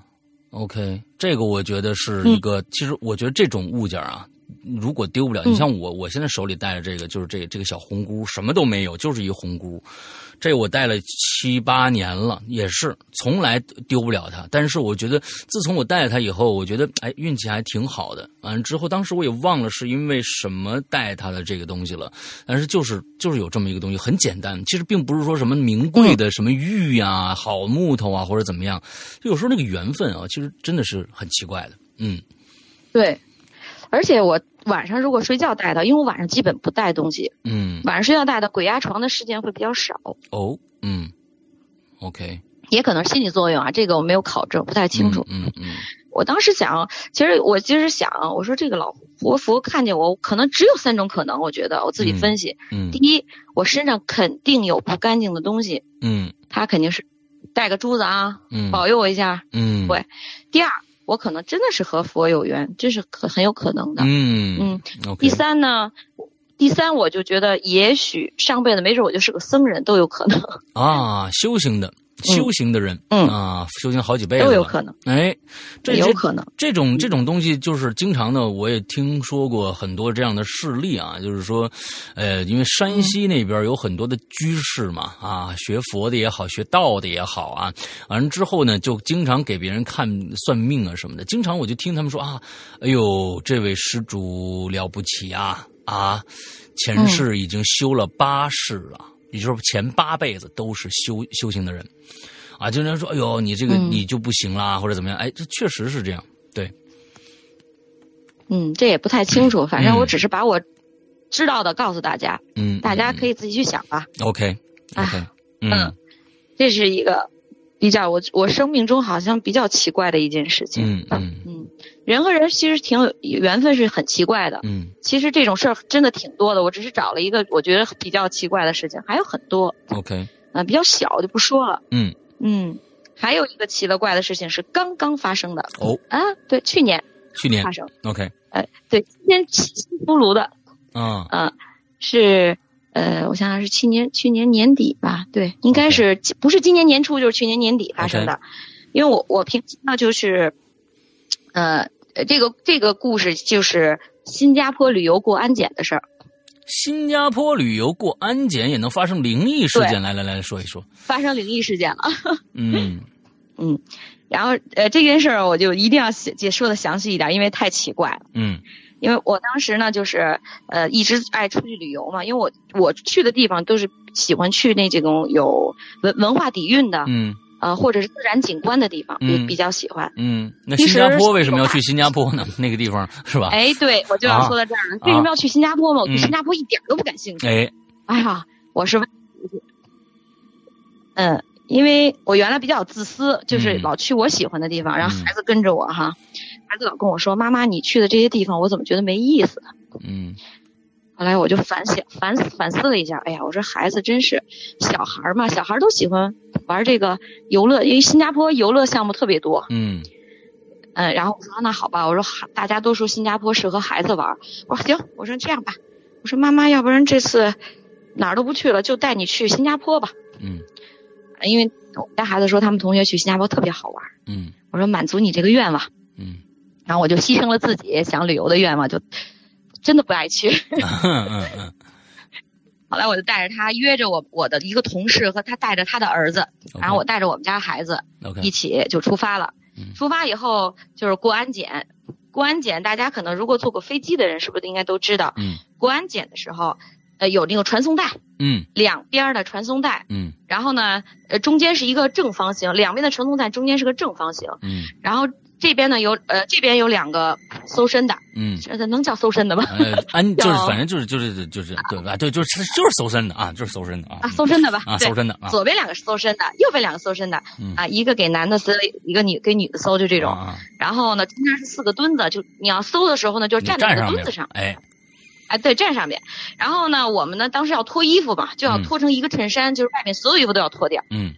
[SPEAKER 2] ，OK，这个我觉得是一个，其实我觉得这种物件啊。如果丢不了，你
[SPEAKER 3] 嗯
[SPEAKER 2] 像我，我现在手里戴着这个，就是这这个小红箍，什么都没有，就是一红箍。这我戴了七八年了，也是从来丢不了它。但是我觉得，自从我戴了它以后，我觉得哎，运气还挺好的。完了之后，当时我也忘了是因为什么戴它的这个东西了，但是就是就是有这么一个东西，很简单。其实并不是说什么名贵
[SPEAKER 3] 嗯
[SPEAKER 2] 的、什么玉呀、好木头啊或者怎么样，就有时候那个缘分啊，其实真的是很奇怪的。嗯
[SPEAKER 3] 对，而且我晚上如果睡觉带它，因为我晚上基本不带东西，
[SPEAKER 2] 嗯
[SPEAKER 3] 晚上睡觉带的鬼压床的事件会比较少，
[SPEAKER 2] 哦嗯，OK，
[SPEAKER 3] 也可能是心理作用啊，这个我没有考证，不太清楚。
[SPEAKER 2] 嗯嗯
[SPEAKER 3] 我当时想，其实我其实想，我说这个老活佛看见我，可能只有三种可能。我觉得我自己分析，
[SPEAKER 2] 嗯
[SPEAKER 3] 第一，我身上肯定有不干净的东西，
[SPEAKER 2] 嗯
[SPEAKER 3] 他肯定是带个珠子啊，
[SPEAKER 2] 嗯
[SPEAKER 3] 保佑我一下。
[SPEAKER 2] 嗯，
[SPEAKER 3] 对第二，我可能真的是和佛有缘，这是可很有可能的。
[SPEAKER 2] 嗯
[SPEAKER 3] 嗯，
[SPEAKER 2] ，OK，
[SPEAKER 3] 第三呢，第三我就觉得也许上辈子没准我就是个僧人，都有可能，
[SPEAKER 2] 啊，修行的修行的人，
[SPEAKER 3] 嗯
[SPEAKER 2] 啊，修行好几辈子
[SPEAKER 3] 都有
[SPEAKER 2] 了。
[SPEAKER 3] 可能，
[SPEAKER 2] 哎，这
[SPEAKER 3] 有
[SPEAKER 2] 这
[SPEAKER 3] 可能。
[SPEAKER 2] 这种这种东西，就是经常呢，我也听说过很多这样的事例啊，就是说，呃，因为山西那边有很多的居士嘛，啊，学佛的也好，学道的也好啊，完了之后呢，就经常给别人看算命啊什么的，经常我就听他们说啊，哎呦，这位施主了不起啊啊，前世已经修了八世啊，也就是说前八辈子都是修修行的人。啊，经常说，哎呦，你这个
[SPEAKER 3] 嗯
[SPEAKER 2] 你就不行啦，或者怎么样？哎，这确实是这样。对，
[SPEAKER 3] 嗯，这也不太清楚，反正我
[SPEAKER 2] 嗯
[SPEAKER 3] 只是把我知道的告诉大家，
[SPEAKER 2] 嗯，
[SPEAKER 3] 大家可
[SPEAKER 2] 以
[SPEAKER 3] 以自己去想吧。
[SPEAKER 2] OK OK，嗯
[SPEAKER 3] 嗯这是一个比较我我生命中好像比较奇怪的一件事情。
[SPEAKER 2] 嗯嗯
[SPEAKER 3] 人和人其实挺有缘分，是很奇怪的。
[SPEAKER 2] 嗯
[SPEAKER 3] 其实这种事儿真的挺多的，我只是找了一个我觉得比较奇怪的事情，还有很多，
[SPEAKER 2] OK，
[SPEAKER 3] 呃，比较小就不说了。
[SPEAKER 2] 嗯
[SPEAKER 3] 嗯，还有一个奇了怪的事情是刚刚发生的
[SPEAKER 2] 哦，
[SPEAKER 3] 啊，对，去年
[SPEAKER 2] 去年
[SPEAKER 3] 发生，
[SPEAKER 2] OK，
[SPEAKER 3] 对，今年七夕出炉的，
[SPEAKER 2] 啊
[SPEAKER 3] 是呃，我想想是去年去年年底吧，对，应该是不是今年年初就是去年年底发生的因为我我平时呢就是，呃，呃这个这个故事就是新加坡旅游过安检的事儿，
[SPEAKER 2] 新加坡旅游过安检也能发生灵异事件，来来来说一说，
[SPEAKER 3] 发生灵异事件了。
[SPEAKER 2] 嗯
[SPEAKER 3] 然后呃，这件事儿我就一定要写解说的详细一点，因为太奇怪了。
[SPEAKER 2] 嗯
[SPEAKER 3] 因为我当时呢，就是呃，一直爱出去旅游嘛，因为我我去的地方都是喜欢去那这种有文文化底蕴的，
[SPEAKER 2] 嗯
[SPEAKER 3] 呃，或者是自然景观的地方，比、
[SPEAKER 2] 嗯
[SPEAKER 3] 比较喜欢。
[SPEAKER 2] 嗯，那
[SPEAKER 3] 其
[SPEAKER 2] 新
[SPEAKER 3] 实
[SPEAKER 2] 加坡为什么要去新加坡呢？ 那个地方是吧？
[SPEAKER 3] 哎，对，我就要说到这儿了。为什么要去新加坡嘛？我对
[SPEAKER 2] 啊嗯
[SPEAKER 3] 新加坡一点都不感兴趣。
[SPEAKER 2] 哎，
[SPEAKER 3] 哎呀，我是外国人嗯，因为我原来比较自私，就是
[SPEAKER 2] 嗯
[SPEAKER 3] 老去我喜欢的地方，然后
[SPEAKER 2] 嗯
[SPEAKER 3] 孩子跟着我哈，孩子老跟我说：“妈妈，你去的这些地方，我怎么觉得没意思
[SPEAKER 2] 嗯？”
[SPEAKER 3] 后来我就反想、反思、反思了一下，哎呀，我说孩子真是小孩儿嘛，小孩儿都喜欢玩这个游乐，因为新加坡游乐项目特别多，
[SPEAKER 2] 嗯
[SPEAKER 3] 嗯，然后我说那好吧，我说孩大家都说新加坡适合孩子玩儿，我说行，我说这样吧，我说妈妈，要不然这次哪儿都不去了，就带你去新加坡吧，
[SPEAKER 2] 嗯
[SPEAKER 3] 因为我家孩子说他们同学去新加坡特别好玩儿，
[SPEAKER 2] 嗯
[SPEAKER 3] 我说满足你这个愿望，
[SPEAKER 2] 嗯
[SPEAKER 3] 然后我就牺牲了自己想旅游的愿望，就真的不爱去。
[SPEAKER 2] 嗯嗯
[SPEAKER 3] 后来我就带着他约着我我的一个同事和他带着他的儿子，然后我带着我们家孩子
[SPEAKER 2] OK
[SPEAKER 3] 一起就出发了
[SPEAKER 2] 嗯。
[SPEAKER 3] 出发以后就是过安检，过安检大家可能如果坐过飞机的人，是不是应该都知道？
[SPEAKER 2] 嗯
[SPEAKER 3] 过安检的时候，呃有那个传送带，
[SPEAKER 2] 嗯
[SPEAKER 3] 两边儿的传送带，
[SPEAKER 2] 嗯
[SPEAKER 3] 然后呢，呃中间是一个正方形，两边的传送带中间是个正方形，
[SPEAKER 2] 嗯
[SPEAKER 3] 然后这边呢有呃这边有两个搜身的，
[SPEAKER 2] 嗯，
[SPEAKER 3] 这能叫搜身的吗？
[SPEAKER 2] 呃， 安就是
[SPEAKER 3] 叫
[SPEAKER 2] 反正就是就是就是对吧？对，就是就是搜身的啊，就是搜身的啊
[SPEAKER 3] 啊，搜身的吧，
[SPEAKER 2] 啊，
[SPEAKER 3] 对
[SPEAKER 2] 搜。身的啊，
[SPEAKER 3] 左边两个是搜身的，右边两个搜身的，
[SPEAKER 2] 嗯
[SPEAKER 3] 啊，一个给男的搜，一个女给女的搜，就这种。
[SPEAKER 2] 啊，啊
[SPEAKER 3] 然后呢，中间是四个墩子，就你要搜的时候呢，就
[SPEAKER 2] 你
[SPEAKER 3] 站在
[SPEAKER 2] 站
[SPEAKER 3] 那
[SPEAKER 2] 上
[SPEAKER 3] 个
[SPEAKER 2] 面
[SPEAKER 3] 墩子上，
[SPEAKER 2] 哎，
[SPEAKER 3] 哎，对，站上面。然后呢，我们呢当时要脱衣服嘛，就要
[SPEAKER 2] 嗯
[SPEAKER 3] 脱成一个衬衫，就是外面所有衣服都要脱掉
[SPEAKER 2] 嗯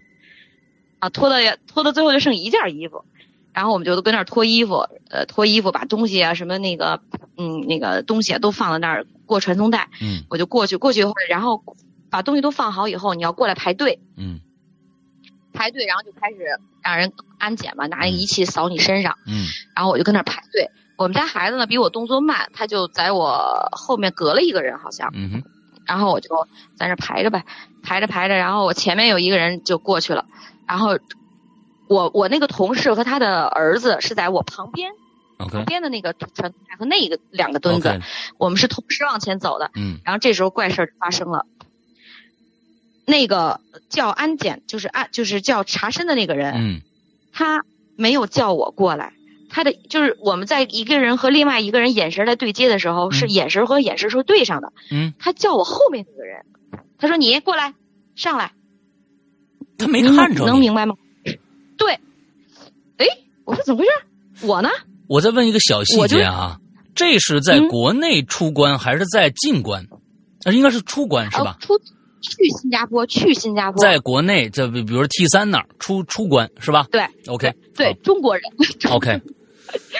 [SPEAKER 3] 啊，脱到脱到最后就剩一件衣服。然后我们就都跟那儿脱衣服，呃，脱衣服，把东西啊什么那个，嗯，那个东西啊都放到那儿过传送带。
[SPEAKER 2] 嗯
[SPEAKER 3] 我就过去，过去以后，然后把东西都放好以后，你要过来排队，
[SPEAKER 2] 嗯
[SPEAKER 3] 排队，然后就开始让人安检嘛，拿那个仪器扫你身上。
[SPEAKER 2] 嗯
[SPEAKER 3] 然后我就跟那儿排队。我们家孩子呢比我动作慢，他就在我后面隔了一个人好像，
[SPEAKER 2] 嗯哼
[SPEAKER 3] 然后我就在那儿排着呗，排着排着，然后我前面有一个人就过去了，然后我我那个同事和他的儿子是在我旁边旁
[SPEAKER 2] ，OK
[SPEAKER 3] 边的那个传送带和那一个两个墩子
[SPEAKER 2] OK，
[SPEAKER 3] 我们是同时往前走的，
[SPEAKER 2] 嗯
[SPEAKER 3] 然后这时候怪事儿就发生了。那个叫安检，就是安，就是叫查身的那个人，
[SPEAKER 2] 嗯
[SPEAKER 3] 他没有叫我过来，他的就是我们在一个人和另外一个人眼神在对接的时候，是眼神和眼神是对上的。
[SPEAKER 2] 嗯，
[SPEAKER 3] 他叫我后面那个人，他说你过来，上来。
[SPEAKER 2] 他没看
[SPEAKER 3] 你
[SPEAKER 2] 着
[SPEAKER 3] 能
[SPEAKER 2] 你。
[SPEAKER 3] 明白吗？对。哎，我说怎么回事？我呢？
[SPEAKER 2] 我再问一个小细
[SPEAKER 3] 我就
[SPEAKER 2] 节啊，这是在
[SPEAKER 3] 嗯
[SPEAKER 2] 国内出关还是在进关？啊，应该是出关是
[SPEAKER 3] 呃
[SPEAKER 2] 吧？
[SPEAKER 3] 出去新加坡，去新加坡。
[SPEAKER 2] 在国内，这比比如 T 三那儿出出关是吧
[SPEAKER 3] 对
[SPEAKER 2] ？OK
[SPEAKER 3] 对中国人，
[SPEAKER 2] OK，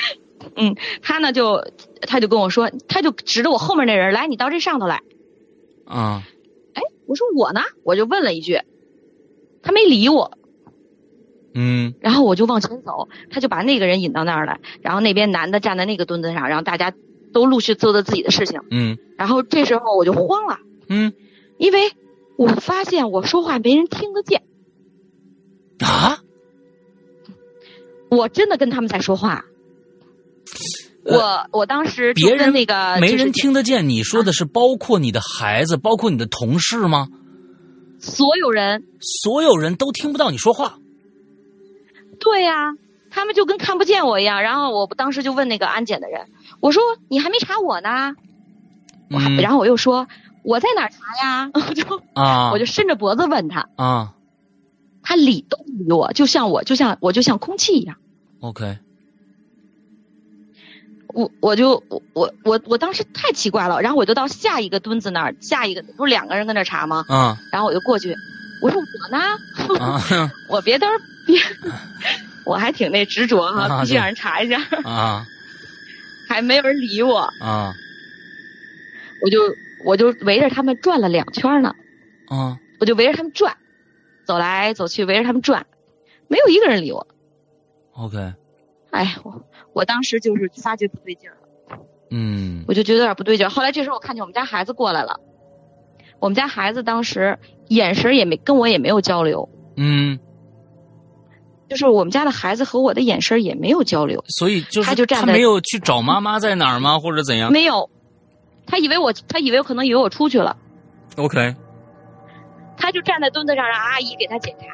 [SPEAKER 3] 他呢就他就跟我说，他就指着我后面那人来，你到这上头来。
[SPEAKER 2] 嗯
[SPEAKER 3] 我说我呢，我就问了一句，他没理我。
[SPEAKER 2] 嗯
[SPEAKER 3] 然后我就往前走，他就把那个人引到那儿来，然后那边男的站在那个墩子上，然后大家都陆续做着自己的事情，
[SPEAKER 2] 嗯
[SPEAKER 3] 然后这时候我就慌了，
[SPEAKER 2] 嗯
[SPEAKER 3] 因为我发现我说话没人听得见，
[SPEAKER 2] 啊，
[SPEAKER 3] 我真的跟他们在说话。我我当时就
[SPEAKER 2] 呃别人
[SPEAKER 3] 跟那个
[SPEAKER 2] 没
[SPEAKER 3] 呃就是
[SPEAKER 2] 人听得见。你说的是包括你的孩子，包括你的同事吗？
[SPEAKER 3] 所有人，
[SPEAKER 2] 所有人都听不到你说话。
[SPEAKER 3] 对呀、他们就跟看不见我一样。然后我当时就问那个安检的人，我说你还没查我呢，我还
[SPEAKER 2] 嗯
[SPEAKER 3] 然后我又说我在哪儿查呀？ 我就
[SPEAKER 2] 啊，
[SPEAKER 3] 我就伸着脖子问他，
[SPEAKER 2] 啊
[SPEAKER 3] 他理都不理我，就像我，就像我，就像空气一样。
[SPEAKER 2] ，OK，
[SPEAKER 3] 我我就我我我我当时太奇怪了，然后我就到下一个墩子那儿，下一个不是两个人跟那儿查吗？
[SPEAKER 2] 啊
[SPEAKER 3] 然后我就过去，我说我呢，
[SPEAKER 2] 啊
[SPEAKER 3] 我别嘚儿别， 我还挺那执着哈、
[SPEAKER 2] 啊
[SPEAKER 3] 必须
[SPEAKER 2] 对
[SPEAKER 3] 让人查一下，
[SPEAKER 2] 啊
[SPEAKER 3] 还没有人理我，
[SPEAKER 2] 啊
[SPEAKER 3] 我就我就围着他们转了两圈呢，
[SPEAKER 2] 啊！
[SPEAKER 3] 我就围着他们转，走来走去围着他们转，没有一个人理我，
[SPEAKER 2] OK，
[SPEAKER 3] 哎，我我当时就是发觉不对劲儿。
[SPEAKER 2] 嗯
[SPEAKER 3] 我就觉得有点不对劲儿。后来这时候我看见我们家孩子过来了，我们家孩子当时眼神也没跟我也没有交流，
[SPEAKER 2] 嗯，
[SPEAKER 3] 就是我们家的孩子和我的眼神也没有交流，
[SPEAKER 2] 所以就是
[SPEAKER 3] 他就站
[SPEAKER 2] 他
[SPEAKER 3] 在嗯
[SPEAKER 2] 没有去找妈妈在哪儿吗，或者怎样
[SPEAKER 3] 没有。他以为我，他以为可能以为我出去了，
[SPEAKER 2] ？OK，
[SPEAKER 3] 他就站在墩子上让阿姨给他检查，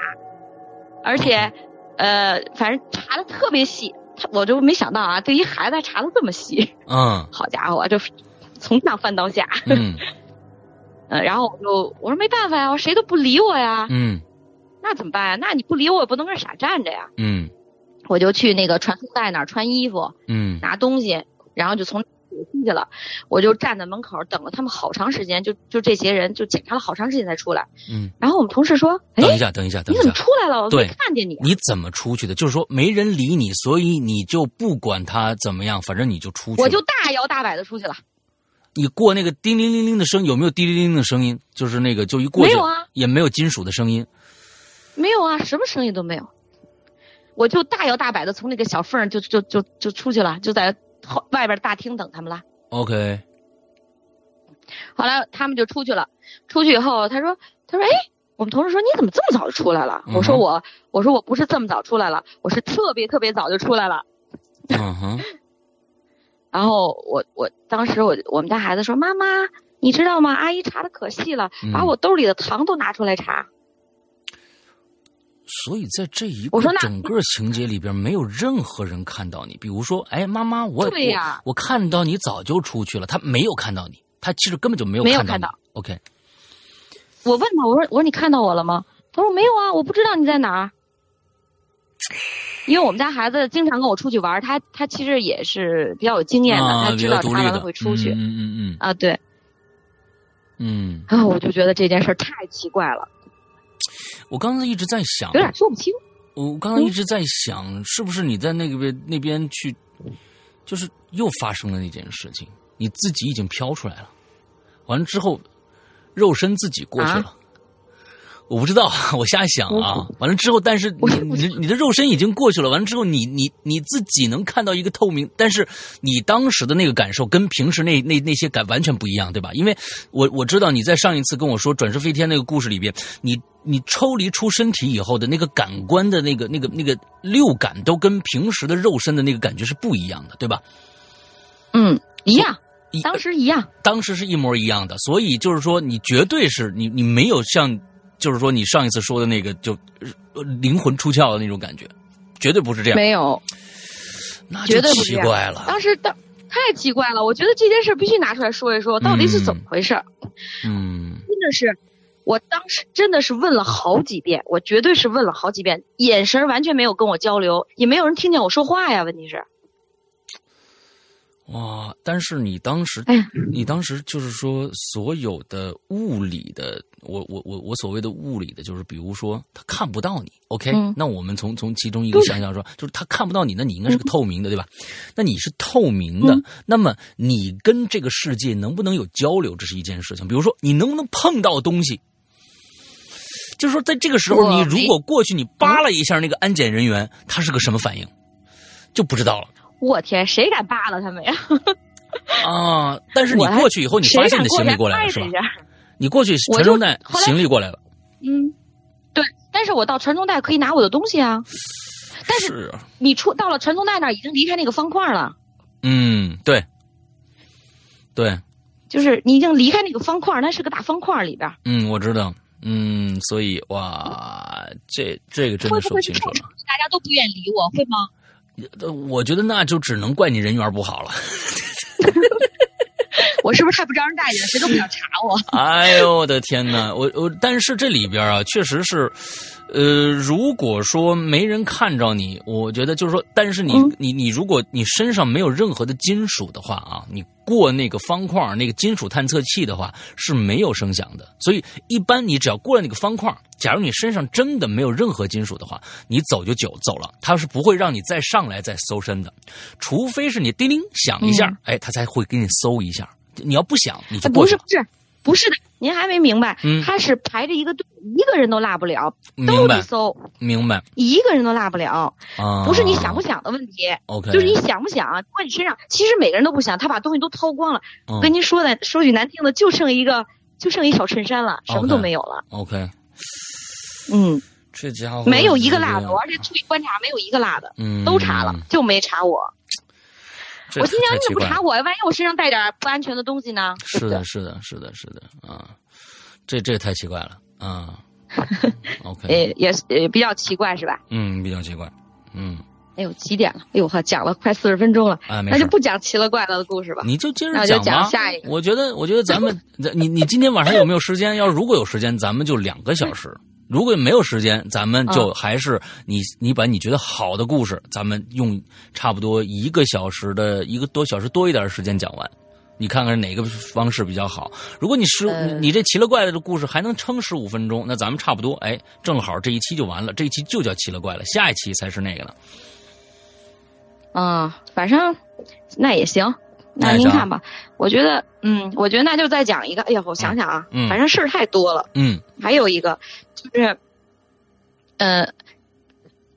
[SPEAKER 3] 而且，呃，反正查的特别细，他我就没想到啊，对于孩子还查的这么细，
[SPEAKER 2] 嗯
[SPEAKER 3] 好家伙，这从上翻到下，
[SPEAKER 2] 嗯
[SPEAKER 3] 呃，然后我就我说没办法呀，谁都不理我呀，
[SPEAKER 2] 嗯
[SPEAKER 3] 那怎么办呀？那你不理我，也不能跟这儿傻站着呀。
[SPEAKER 2] 嗯
[SPEAKER 3] 我就去那个传送带那儿穿衣服、
[SPEAKER 2] 嗯
[SPEAKER 3] 拿东西，然后就从出去了。我就站在门口等了他们好长时间，就就这些人就检查了好长时间才出来。
[SPEAKER 2] 嗯。
[SPEAKER 3] 然后我们同事说：“哎，
[SPEAKER 2] 等一下，等一下，等
[SPEAKER 3] 你
[SPEAKER 2] 一
[SPEAKER 3] 怎么
[SPEAKER 2] 下，
[SPEAKER 3] 出来了？我
[SPEAKER 2] 对
[SPEAKER 3] 没看见你。
[SPEAKER 2] 你怎么出去的？就是说没人理你，所以你就不管他怎么样，反正你就出”去了。
[SPEAKER 3] 啊我就大摇大摆的出去了。
[SPEAKER 2] 你过那个叮铃铃铃的声，有没有叮铃铃的声音？就是那个，就一过去
[SPEAKER 3] 没有啊，
[SPEAKER 2] 也没有金属的声音。
[SPEAKER 3] 没有啊，什么声音都没有。我就大摇大摆的从那个小缝儿就就就就出去了，就在后外边大厅等他们了。
[SPEAKER 2] OK，
[SPEAKER 3] 后来他们就出去了，出去以后他说他说哎，我们同事说你怎么这么早就出来了？
[SPEAKER 2] 嗯哼
[SPEAKER 3] 我说我我说我不是这么早出来了，我是特别特别早就出来了。
[SPEAKER 2] 嗯哼，
[SPEAKER 3] 然后我我当时我我们家孩子说妈妈你知道吗？阿姨查的可细了，
[SPEAKER 2] 嗯
[SPEAKER 3] 把我兜里的糖都拿出来查。
[SPEAKER 2] 所以在这一
[SPEAKER 3] 我
[SPEAKER 2] 个
[SPEAKER 3] 说那
[SPEAKER 2] 整个情节里边，没有任何人看到你。比如说，哎，妈妈，我
[SPEAKER 3] 对呀
[SPEAKER 2] 我我看到你早就出去了，他没有看到你，他其实根本就没有
[SPEAKER 3] 没有
[SPEAKER 2] 到
[SPEAKER 3] 看
[SPEAKER 2] 你。
[SPEAKER 3] 到
[SPEAKER 2] OK，
[SPEAKER 3] 我问他，我说我说你看到我了吗？他说没有啊，我不知道你在哪儿。因为我们家孩子经常跟我出去玩儿，他他其实也是比较有经验的，
[SPEAKER 2] 啊，
[SPEAKER 3] 他
[SPEAKER 2] 比
[SPEAKER 3] 知
[SPEAKER 2] 较
[SPEAKER 3] 道
[SPEAKER 2] 独
[SPEAKER 3] 查
[SPEAKER 2] 立
[SPEAKER 3] 完
[SPEAKER 2] 的
[SPEAKER 3] 了会出去、
[SPEAKER 2] 嗯嗯嗯
[SPEAKER 3] 啊。对
[SPEAKER 2] 嗯
[SPEAKER 3] 啊，我就觉得这件事儿太奇怪了，
[SPEAKER 2] 嗯。我刚才一直在想，啊
[SPEAKER 3] 有点说不清。
[SPEAKER 2] 我刚刚一直在想，是不是你在那个边那边去，就是又发生了那件事情，你自己已经飘出来了，完了之后，肉身自己过去了。我不知道，我瞎想啊。完了之后，但是
[SPEAKER 3] 我
[SPEAKER 2] 你
[SPEAKER 3] 也不
[SPEAKER 2] 你你的肉身已经过去了。完了之后你，你你自己能看到一个透明，但是你当时的那个感受跟平时那那那些感完全不一样，对吧？因为我我知道你在上一次跟我说转世飞天那个故事里边，你你抽离出身体以后的那个感官的那个那个那个六感都跟平时的肉身的那个感觉是不一样的，对吧？
[SPEAKER 3] 嗯，一样，
[SPEAKER 2] 一
[SPEAKER 3] 当时一样。
[SPEAKER 2] 当时是一模一样的，所以就是说，你绝对是你你没有像，就是说你上一次说的那个就呃灵魂出窍的那种感觉，绝对不是这样，啊
[SPEAKER 3] 没有，
[SPEAKER 2] 那就
[SPEAKER 3] 绝对不是
[SPEAKER 2] 奇
[SPEAKER 3] 这样
[SPEAKER 2] 怪了。
[SPEAKER 3] 当时当太奇怪了，我觉得这件事必须拿出来说一说，到底是怎么回事儿？
[SPEAKER 2] 嗯
[SPEAKER 3] 真的是，我当时真的是问了好几遍，我绝对是问了好几遍，眼神儿完全没有跟我交流，也没有人听见我说话呀。问题是，
[SPEAKER 2] 哇，但是你当时
[SPEAKER 3] 哎呀，
[SPEAKER 2] 你当时就是说所有的物理的，我我我我所谓的物理的，就是比如说他看不到你，OK，、
[SPEAKER 3] 嗯
[SPEAKER 2] 那我们从从其中一个
[SPEAKER 3] 对
[SPEAKER 2] 想象说，就是他看不到你，那你应该是个透明的，对吧？那你是透明的，
[SPEAKER 3] 嗯
[SPEAKER 2] 那么你跟这个世界能不能有交流，这是一件事情。比如说你能不能碰到东西，就是说在这个时候，
[SPEAKER 3] 我
[SPEAKER 2] 你如果过去你扒拉一下那个安检人员，他是个什么反应，就不知道了。
[SPEAKER 3] 我天，谁敢扒拉他们呀？
[SPEAKER 2] 啊！ 但是你
[SPEAKER 3] 我还
[SPEAKER 2] 过去以后，你发
[SPEAKER 3] 谁
[SPEAKER 2] 现
[SPEAKER 3] 敢
[SPEAKER 2] 你行李
[SPEAKER 3] 来
[SPEAKER 2] 过来
[SPEAKER 3] 拍
[SPEAKER 2] 了是吧
[SPEAKER 3] 一？下？
[SPEAKER 2] 你过去
[SPEAKER 3] 我
[SPEAKER 2] 传
[SPEAKER 3] 就
[SPEAKER 2] 送带
[SPEAKER 3] 后来
[SPEAKER 2] 行李过来了，
[SPEAKER 3] 嗯，对，但是我到传中带可以拿我的东西啊。但是
[SPEAKER 2] 是啊，
[SPEAKER 3] 你出到了传中带那儿，已经离开那个方块了，
[SPEAKER 2] 嗯，对，对，
[SPEAKER 3] 就是你已经离开那个方块，那是个大方块里边儿，
[SPEAKER 2] 嗯，我知道，嗯，所以哇，这这个真
[SPEAKER 3] 会
[SPEAKER 2] 的
[SPEAKER 3] 不
[SPEAKER 2] 说不
[SPEAKER 3] 会是
[SPEAKER 2] 清
[SPEAKER 3] 这
[SPEAKER 2] 楚
[SPEAKER 3] 种
[SPEAKER 2] 了
[SPEAKER 3] 场。景大家都不愿意理我，会吗？
[SPEAKER 2] 呃我觉得那就只能怪你人缘不好了。
[SPEAKER 3] 我是不是太不招人待见了？谁都不想查我。
[SPEAKER 2] 哎呦我的天哪！我我，但是这里边啊，确实是，呃，如果说没人看着你，我觉得就是说，但是你、
[SPEAKER 3] 嗯
[SPEAKER 2] 你你，如果你身上没有任何的金属的话啊，你过那个方框那个金属探测器的话是没有声响的。所以一般你只要过了那个方框，假如你身上真的没有任何金属的话，你走就走走了，它是不会让你再上来再搜身的，除非是你叮铃响一下，
[SPEAKER 3] 嗯
[SPEAKER 2] 哎，它才会给你搜一下。你要不响，你就
[SPEAKER 3] 哎
[SPEAKER 2] 过
[SPEAKER 3] 不
[SPEAKER 2] 去
[SPEAKER 3] 是
[SPEAKER 2] 了
[SPEAKER 3] 不是不是的，您还没明白，
[SPEAKER 2] 嗯
[SPEAKER 3] 他是排着一个队，一个人都落不了，
[SPEAKER 2] 明
[SPEAKER 3] 都
[SPEAKER 2] 白
[SPEAKER 3] 得。搜，
[SPEAKER 2] 明白
[SPEAKER 3] 一个人都落不了，
[SPEAKER 2] 啊，
[SPEAKER 3] 不是你想不想的问题，
[SPEAKER 2] OK，
[SPEAKER 3] 就是你想不想。如果你身上其实每个人都不想，他把东西都掏光了，
[SPEAKER 2] 嗯
[SPEAKER 3] 跟您说的说句难听的，就剩一个就剩一小衬衫了，什么都
[SPEAKER 2] OK
[SPEAKER 3] 没有了。
[SPEAKER 2] OK，
[SPEAKER 3] 嗯，
[SPEAKER 2] 这家伙
[SPEAKER 3] 没有一个
[SPEAKER 2] 这啊
[SPEAKER 3] 落的，我而且注意观察，没有一个落的，
[SPEAKER 2] 嗯
[SPEAKER 3] 都查了，就没查我。
[SPEAKER 2] 这
[SPEAKER 3] 我心想
[SPEAKER 2] 太
[SPEAKER 3] 你怎
[SPEAKER 2] 奇
[SPEAKER 3] 么不
[SPEAKER 2] 怪了
[SPEAKER 3] 查我呀？万一我身上带点儿不安全的东西呢？对
[SPEAKER 2] 是
[SPEAKER 3] 不对
[SPEAKER 2] 的，是的，是的，是的啊，这这太奇怪了 啊，OK，
[SPEAKER 3] 呃，也是也比较奇怪是吧？
[SPEAKER 2] 嗯，比较奇怪，嗯
[SPEAKER 3] 哎呦，几点了？哎呦呵，讲了快四十分钟了，
[SPEAKER 2] 啊，没
[SPEAKER 3] 那
[SPEAKER 2] 事
[SPEAKER 3] 就
[SPEAKER 2] 儿，
[SPEAKER 3] 不讲奇了怪了的故事吧。
[SPEAKER 2] 你就接
[SPEAKER 3] 那
[SPEAKER 2] 着
[SPEAKER 3] 我就
[SPEAKER 2] 吧
[SPEAKER 3] 讲下一。个
[SPEAKER 2] 我觉得，我觉得咱们咱你你今天晚上有没有时间？要如果有时间，咱们就两个小时。如果没有时间，咱们就还是你你把你觉得好的故事，咱们用差不多一个小时的一个多小时多一点的时间讲完。你看看哪个方式比较好？如果你十、
[SPEAKER 3] 呃
[SPEAKER 2] 你这奇了怪了的故事还能撑十五分钟，那咱们差不多，哎，正好这一期就完了，这一期就叫奇了怪了，下一期才是那个呢。
[SPEAKER 3] 啊、反正那也行，
[SPEAKER 2] 那
[SPEAKER 3] 那
[SPEAKER 2] 也
[SPEAKER 3] 您
[SPEAKER 2] 行
[SPEAKER 3] 看吧。我觉得，嗯，我觉得那就再讲一个。哎呀，我想想啊，
[SPEAKER 2] 嗯嗯
[SPEAKER 3] 反正事儿太多了。
[SPEAKER 2] 嗯
[SPEAKER 3] 还有一个就是，呃，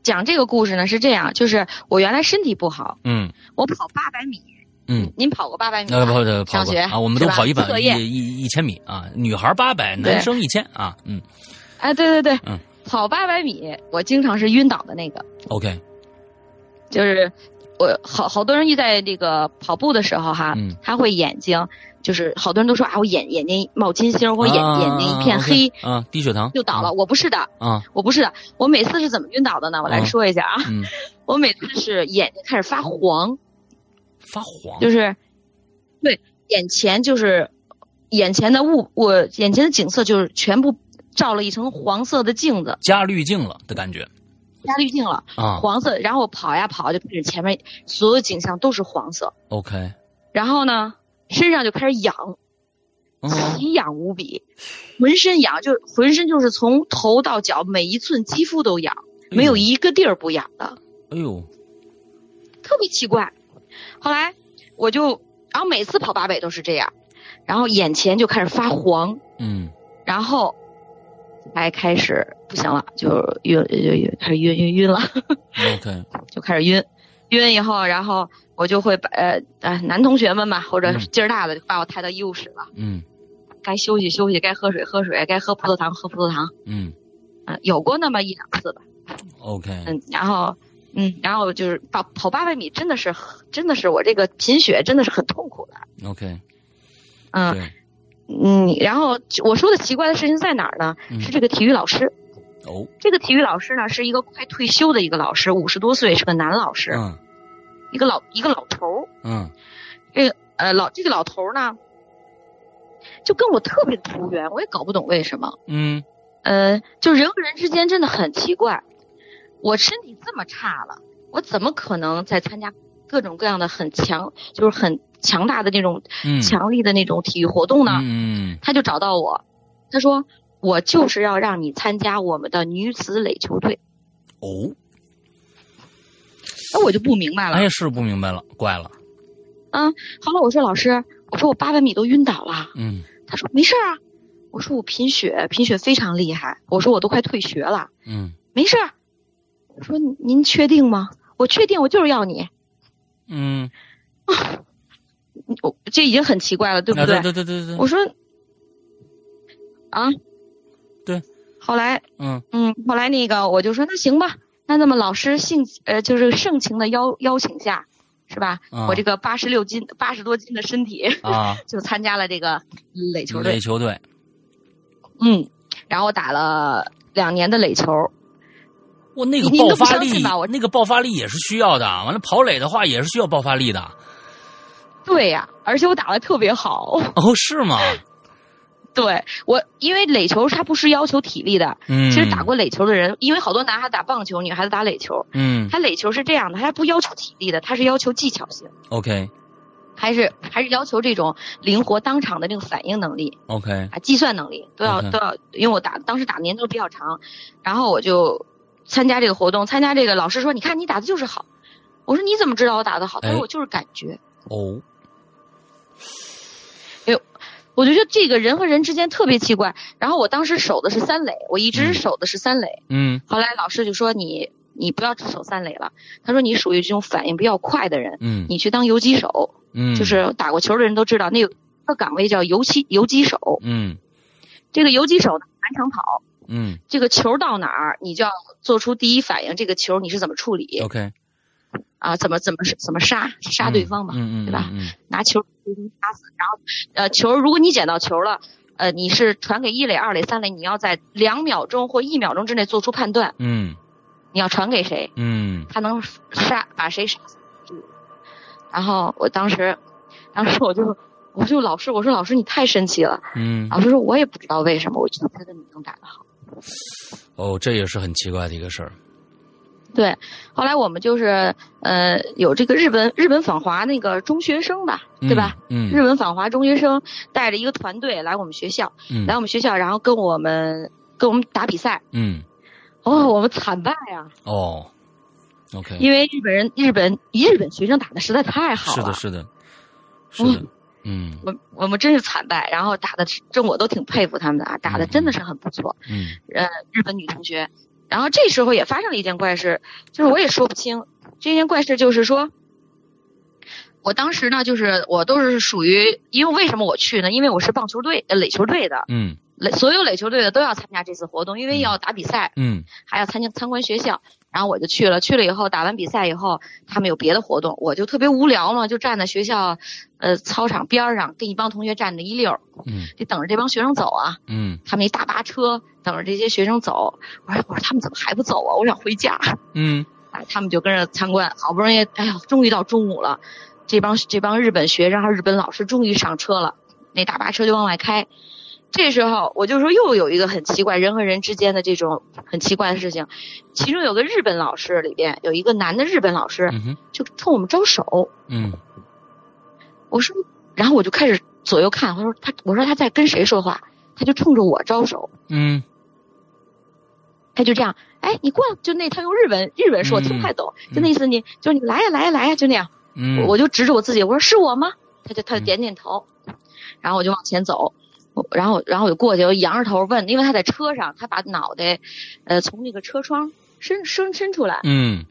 [SPEAKER 3] 讲这个故事呢是这样，就是我原来身体不好，
[SPEAKER 2] 嗯
[SPEAKER 3] 我跑八百米，
[SPEAKER 2] 嗯，
[SPEAKER 3] 您跑过八百米
[SPEAKER 2] 那
[SPEAKER 3] 吗？
[SPEAKER 2] 跑跑跑
[SPEAKER 3] 上
[SPEAKER 2] 过
[SPEAKER 3] 学
[SPEAKER 2] 啊，我们都
[SPEAKER 3] 是吧
[SPEAKER 2] 跑一百
[SPEAKER 3] 作
[SPEAKER 2] 一
[SPEAKER 3] 业
[SPEAKER 2] 一一千米啊，女孩八百，
[SPEAKER 3] 对
[SPEAKER 2] 男生一千啊，嗯
[SPEAKER 3] 哎，对对对，
[SPEAKER 2] 嗯
[SPEAKER 3] 跑八百米，我经常是晕倒的那个，
[SPEAKER 2] ，OK，
[SPEAKER 3] 就是。我好好多人一在这个跑步的时候哈，
[SPEAKER 2] 嗯
[SPEAKER 3] 他会眼睛就是好多人都说啊，我眼眼睛冒金星，我眼、
[SPEAKER 2] 啊
[SPEAKER 3] 眼睛一片
[SPEAKER 2] 啊
[SPEAKER 3] 黑、
[SPEAKER 2] 啊，低血糖
[SPEAKER 3] 就倒了。我不是的，
[SPEAKER 2] 啊，
[SPEAKER 3] 我不是的，我每次是怎么晕倒的呢？我来
[SPEAKER 2] 啊
[SPEAKER 3] 说一下啊，
[SPEAKER 2] 嗯，
[SPEAKER 3] 我每次是眼睛开始发
[SPEAKER 2] 哦
[SPEAKER 3] 黄，
[SPEAKER 2] 发黄
[SPEAKER 3] 就是对眼前就是眼前的物，我眼前的景色就是全部照了一层黄色的镜子，
[SPEAKER 2] 加滤镜了的感觉
[SPEAKER 3] 加滤镜了，
[SPEAKER 2] 啊。
[SPEAKER 3] 黄色。然后我跑呀跑，就开始前面所有景象都是黄色，
[SPEAKER 2] OK，
[SPEAKER 3] 然后呢，身上就开始痒，
[SPEAKER 2] 嗯
[SPEAKER 3] 奇痒无比，浑身痒，就浑身就是从头到脚每一寸肌肤都痒，
[SPEAKER 2] 嗯
[SPEAKER 3] 没有一个地儿不痒的，
[SPEAKER 2] 哎呦，
[SPEAKER 3] 特别奇怪。后来我就，然后每次跑八百都是这样，然后眼前就开始发黄，
[SPEAKER 2] 嗯，
[SPEAKER 3] 然后才开始不行了，就晕就晕开始晕晕晕了，
[SPEAKER 2] OK，
[SPEAKER 3] 就开始晕，晕以后，然后我就会把呃呃男同学们嘛，或者
[SPEAKER 2] 嗯
[SPEAKER 3] 劲儿大的就把我抬到医务室了，
[SPEAKER 2] 嗯
[SPEAKER 3] 该休息休息，该喝水喝水，该喝葡萄糖喝葡萄糖。
[SPEAKER 2] 嗯
[SPEAKER 3] 嗯，有过那么一两次吧。
[SPEAKER 2] ，OK，
[SPEAKER 3] 嗯，然后，嗯，然后就是跑跑八百米，真的是很真的是我这个贫血真的是很痛苦的。
[SPEAKER 2] OK，
[SPEAKER 3] 嗯
[SPEAKER 2] 对，
[SPEAKER 3] 嗯，然后我说的奇怪的事情在哪儿呢？
[SPEAKER 2] 嗯
[SPEAKER 3] 是这个体育老师，
[SPEAKER 2] 哦，
[SPEAKER 3] 这个体育老师呢是一个快退休的一个老师，五十多岁，是个男老师，
[SPEAKER 2] 嗯
[SPEAKER 3] 一个老一个老头儿。
[SPEAKER 2] 嗯
[SPEAKER 3] 这个呃老这个老头儿呢，就跟我特别投缘，我也搞不懂为什么。
[SPEAKER 2] 嗯
[SPEAKER 3] 呃，就人和人之间真的很奇怪。我身体这么差了，我怎么可能在参加各种各样的很强，就是很强大的那种
[SPEAKER 2] 嗯，
[SPEAKER 3] 强力的那种体育活动呢？
[SPEAKER 2] 嗯
[SPEAKER 3] 他就找到我，他说我就是要让你参加我们的女子垒球队。嗯
[SPEAKER 2] 哦，
[SPEAKER 3] 那我就不明白了。
[SPEAKER 2] 哎，是不明白了，怪了，
[SPEAKER 3] 后来我说老师，我说我八百米都晕倒了。
[SPEAKER 2] 嗯
[SPEAKER 3] 他说没事儿啊。我说我贫血，贫血非常厉害。我说我都快退学了。
[SPEAKER 2] 嗯
[SPEAKER 3] 没事儿。我说您确定吗？我确定，我就是要你。
[SPEAKER 2] 嗯，
[SPEAKER 3] 我这已经很奇怪了，对不
[SPEAKER 2] 啊
[SPEAKER 3] 对？
[SPEAKER 2] 对对对对
[SPEAKER 3] 我
[SPEAKER 2] 对，
[SPEAKER 3] 说啊，
[SPEAKER 2] 对。
[SPEAKER 3] 后来，
[SPEAKER 2] 嗯
[SPEAKER 3] 嗯，后来那个我就说那行吧，那那么老师性呃就是盛情的邀邀请下，是吧？
[SPEAKER 2] 啊
[SPEAKER 3] 我这个八十六斤八十多斤的身体
[SPEAKER 2] 啊，
[SPEAKER 3] 就参加了这个垒球
[SPEAKER 2] 垒
[SPEAKER 3] 队，
[SPEAKER 2] 球队，
[SPEAKER 3] 嗯，然后我打了两年的垒球，
[SPEAKER 2] 哇，那个
[SPEAKER 3] 你你
[SPEAKER 2] 爆
[SPEAKER 3] 都不
[SPEAKER 2] 发
[SPEAKER 3] 相
[SPEAKER 2] 力
[SPEAKER 3] 信吧我，
[SPEAKER 2] 那个爆发力也是需要的。完了，跑垒的话也是需要爆发力的。
[SPEAKER 3] 对呀、而且我打的特别好，
[SPEAKER 2] 哦，是吗？
[SPEAKER 3] 对我因为垒球它不是要求体力的，
[SPEAKER 2] 嗯，
[SPEAKER 3] 其实打，过垒球的人，因为好多男孩打棒球，女孩子打垒球，
[SPEAKER 2] 嗯
[SPEAKER 3] 他垒球是这样的，他不要求体力的，他是要求技巧性，
[SPEAKER 2] ，OK
[SPEAKER 3] 还是还是要求这种灵活当场的这个反应能力
[SPEAKER 2] OK，
[SPEAKER 3] 啊，计算能力都要
[SPEAKER 2] OK
[SPEAKER 3] 都要。因为我打当时打的年头比较长，然后我就参加这个活动，参加这个老师说，你看你打的就是好。我说你怎么知道我打的好？他
[SPEAKER 2] 哎
[SPEAKER 3] 说我就是感觉。
[SPEAKER 2] 哦，
[SPEAKER 3] 我就觉得这个人和人之间特别奇怪。然后我当时守的是三垒，我
[SPEAKER 2] 嗯
[SPEAKER 3] 一直守的是三垒。
[SPEAKER 2] 嗯
[SPEAKER 3] 后来老师就说你你不要只守三垒了，他说你属于这种反应比较快的人，
[SPEAKER 2] 嗯
[SPEAKER 3] 你去当游击手。
[SPEAKER 2] 嗯，
[SPEAKER 3] 就是打过球的人都知道，那个那个岗位叫游击游击手。
[SPEAKER 2] 嗯
[SPEAKER 3] 这个游击手呢，满场跑，
[SPEAKER 2] 嗯
[SPEAKER 3] 这个球到哪儿，你就要做出第一反应，这个球你是怎么处理
[SPEAKER 2] ，OK，
[SPEAKER 3] 啊？怎么怎么怎么杀杀对方嘛？
[SPEAKER 2] 哦嗯嗯，
[SPEAKER 3] 对吧
[SPEAKER 2] 嗯？
[SPEAKER 3] 拿球杀死，然后呃球，如果你捡到球了。呃，你是传给一垒、二垒、三垒，你要在两秒钟或一秒钟之内做出判断，
[SPEAKER 2] 嗯
[SPEAKER 3] 你要传给谁，
[SPEAKER 2] 嗯
[SPEAKER 3] 他能杀把谁杀死。然后我当时，当时我就我就老师我说老师你太神奇了，
[SPEAKER 2] 嗯嗯，
[SPEAKER 3] 老师说，我也不知道为什么，我就觉得你能打得好。
[SPEAKER 2] 哦，这也是很奇怪的一个事儿。
[SPEAKER 3] 对，后来我们就是呃有这个日本日本访华那个中学生吧，
[SPEAKER 2] 嗯
[SPEAKER 3] 对吧？？
[SPEAKER 2] 嗯
[SPEAKER 3] 日本访华中学生带着一个团队来我们学校，
[SPEAKER 2] 嗯
[SPEAKER 3] 来我们学校，然后跟我们跟我们打比赛。
[SPEAKER 2] 嗯
[SPEAKER 3] 哦，我们惨败啊！
[SPEAKER 2] 哦，OK，
[SPEAKER 3] 因为日本人、日本日本学生打的实在太好
[SPEAKER 2] 是
[SPEAKER 3] 了哦
[SPEAKER 2] 的，，是的，是的，嗯
[SPEAKER 3] 我我们真是惨败，然后打的这我都挺佩服他们的啊，打的真的是很不错。
[SPEAKER 2] 嗯
[SPEAKER 3] 呃日本女同学。然后这时候也发生了一件怪事，就是我也说不清。这件怪事就是说，我当时呢，就是我都是属于，因为为什么我去呢？因为我是棒球队呃垒球队的，
[SPEAKER 2] 嗯
[SPEAKER 3] 垒所有垒球队的都要参加这次活动，因为要打比赛，
[SPEAKER 2] 嗯
[SPEAKER 3] 还要参加参观学校。然后我就去了，去了以后打完比赛以后，他们有别的活动，我就特别无聊嘛，就站在学校，呃，操场边儿上跟一帮同学站着一溜儿，
[SPEAKER 2] 嗯
[SPEAKER 3] 就等着这帮学生走啊。
[SPEAKER 2] 嗯
[SPEAKER 3] 他们一大巴车等着这些学生走，我说我说他们怎么还不走啊？我想回家。
[SPEAKER 2] 嗯
[SPEAKER 3] 啊，他们就跟着参观，好不容易，哎呀，终于到中午了，这帮这帮日本学生还有日本老师终于上车了，那大巴车就往外开。这时候我就说又有一个很奇怪人和人之间的这种很奇怪的事情，其中有个日本老师里边有一个男的日本老师
[SPEAKER 2] 嗯哼
[SPEAKER 3] 就冲我们招手，
[SPEAKER 2] 嗯
[SPEAKER 3] 我说，然后我就开始左右看，我说他我说他在跟谁说话，他就冲着我招手，
[SPEAKER 2] 嗯
[SPEAKER 3] 他就这样，哎，你过来，就那他用日文日文说，
[SPEAKER 2] 嗯
[SPEAKER 3] 听不太懂，
[SPEAKER 2] 嗯
[SPEAKER 3] 就那意思你就是你来呀来呀来呀，就那样。
[SPEAKER 2] 嗯，
[SPEAKER 3] 我我就指着我自己，我说是我吗？他就他
[SPEAKER 2] 嗯
[SPEAKER 3] 就点点头，然后我就往前走，我然后然后我就过去，我仰着头问，因为他在车上，他把脑袋，呃，从那个车窗伸伸伸出来，
[SPEAKER 2] 嗯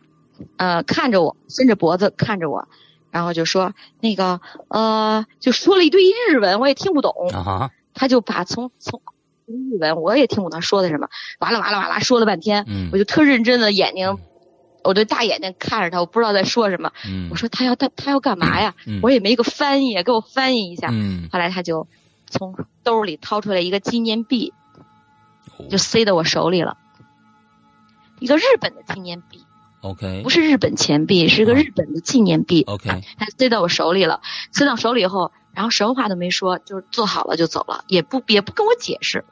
[SPEAKER 3] 呃，看着我，伸着脖子看着我，然后就说那个呃，就说了一堆日文，我也听不懂，
[SPEAKER 2] 啊哈
[SPEAKER 3] 他就把从从日文我也听不懂他说的什么，哇啦哇啦哇啦说了半天，
[SPEAKER 2] 嗯
[SPEAKER 3] 我就特认真的眼睛
[SPEAKER 2] 嗯，
[SPEAKER 3] 我的大眼睛看着他，我不知道在说什么，
[SPEAKER 2] 嗯
[SPEAKER 3] 我说他要他他要干嘛呀？
[SPEAKER 2] 嗯
[SPEAKER 3] 我也没个翻译，给我翻译一下。
[SPEAKER 2] 嗯
[SPEAKER 3] 后来他就从兜里掏出来一个纪念币，
[SPEAKER 2] 哦
[SPEAKER 3] 就塞到我手里了。一个日本的纪念币，
[SPEAKER 2] OK
[SPEAKER 3] 不是日本钱币，是个
[SPEAKER 2] 哦
[SPEAKER 3] 日本的纪念币。
[SPEAKER 2] OK
[SPEAKER 3] 他塞到我手里了，塞到手里以后，然后什么话都没说，就是做好了就走了，也不也不跟我解释。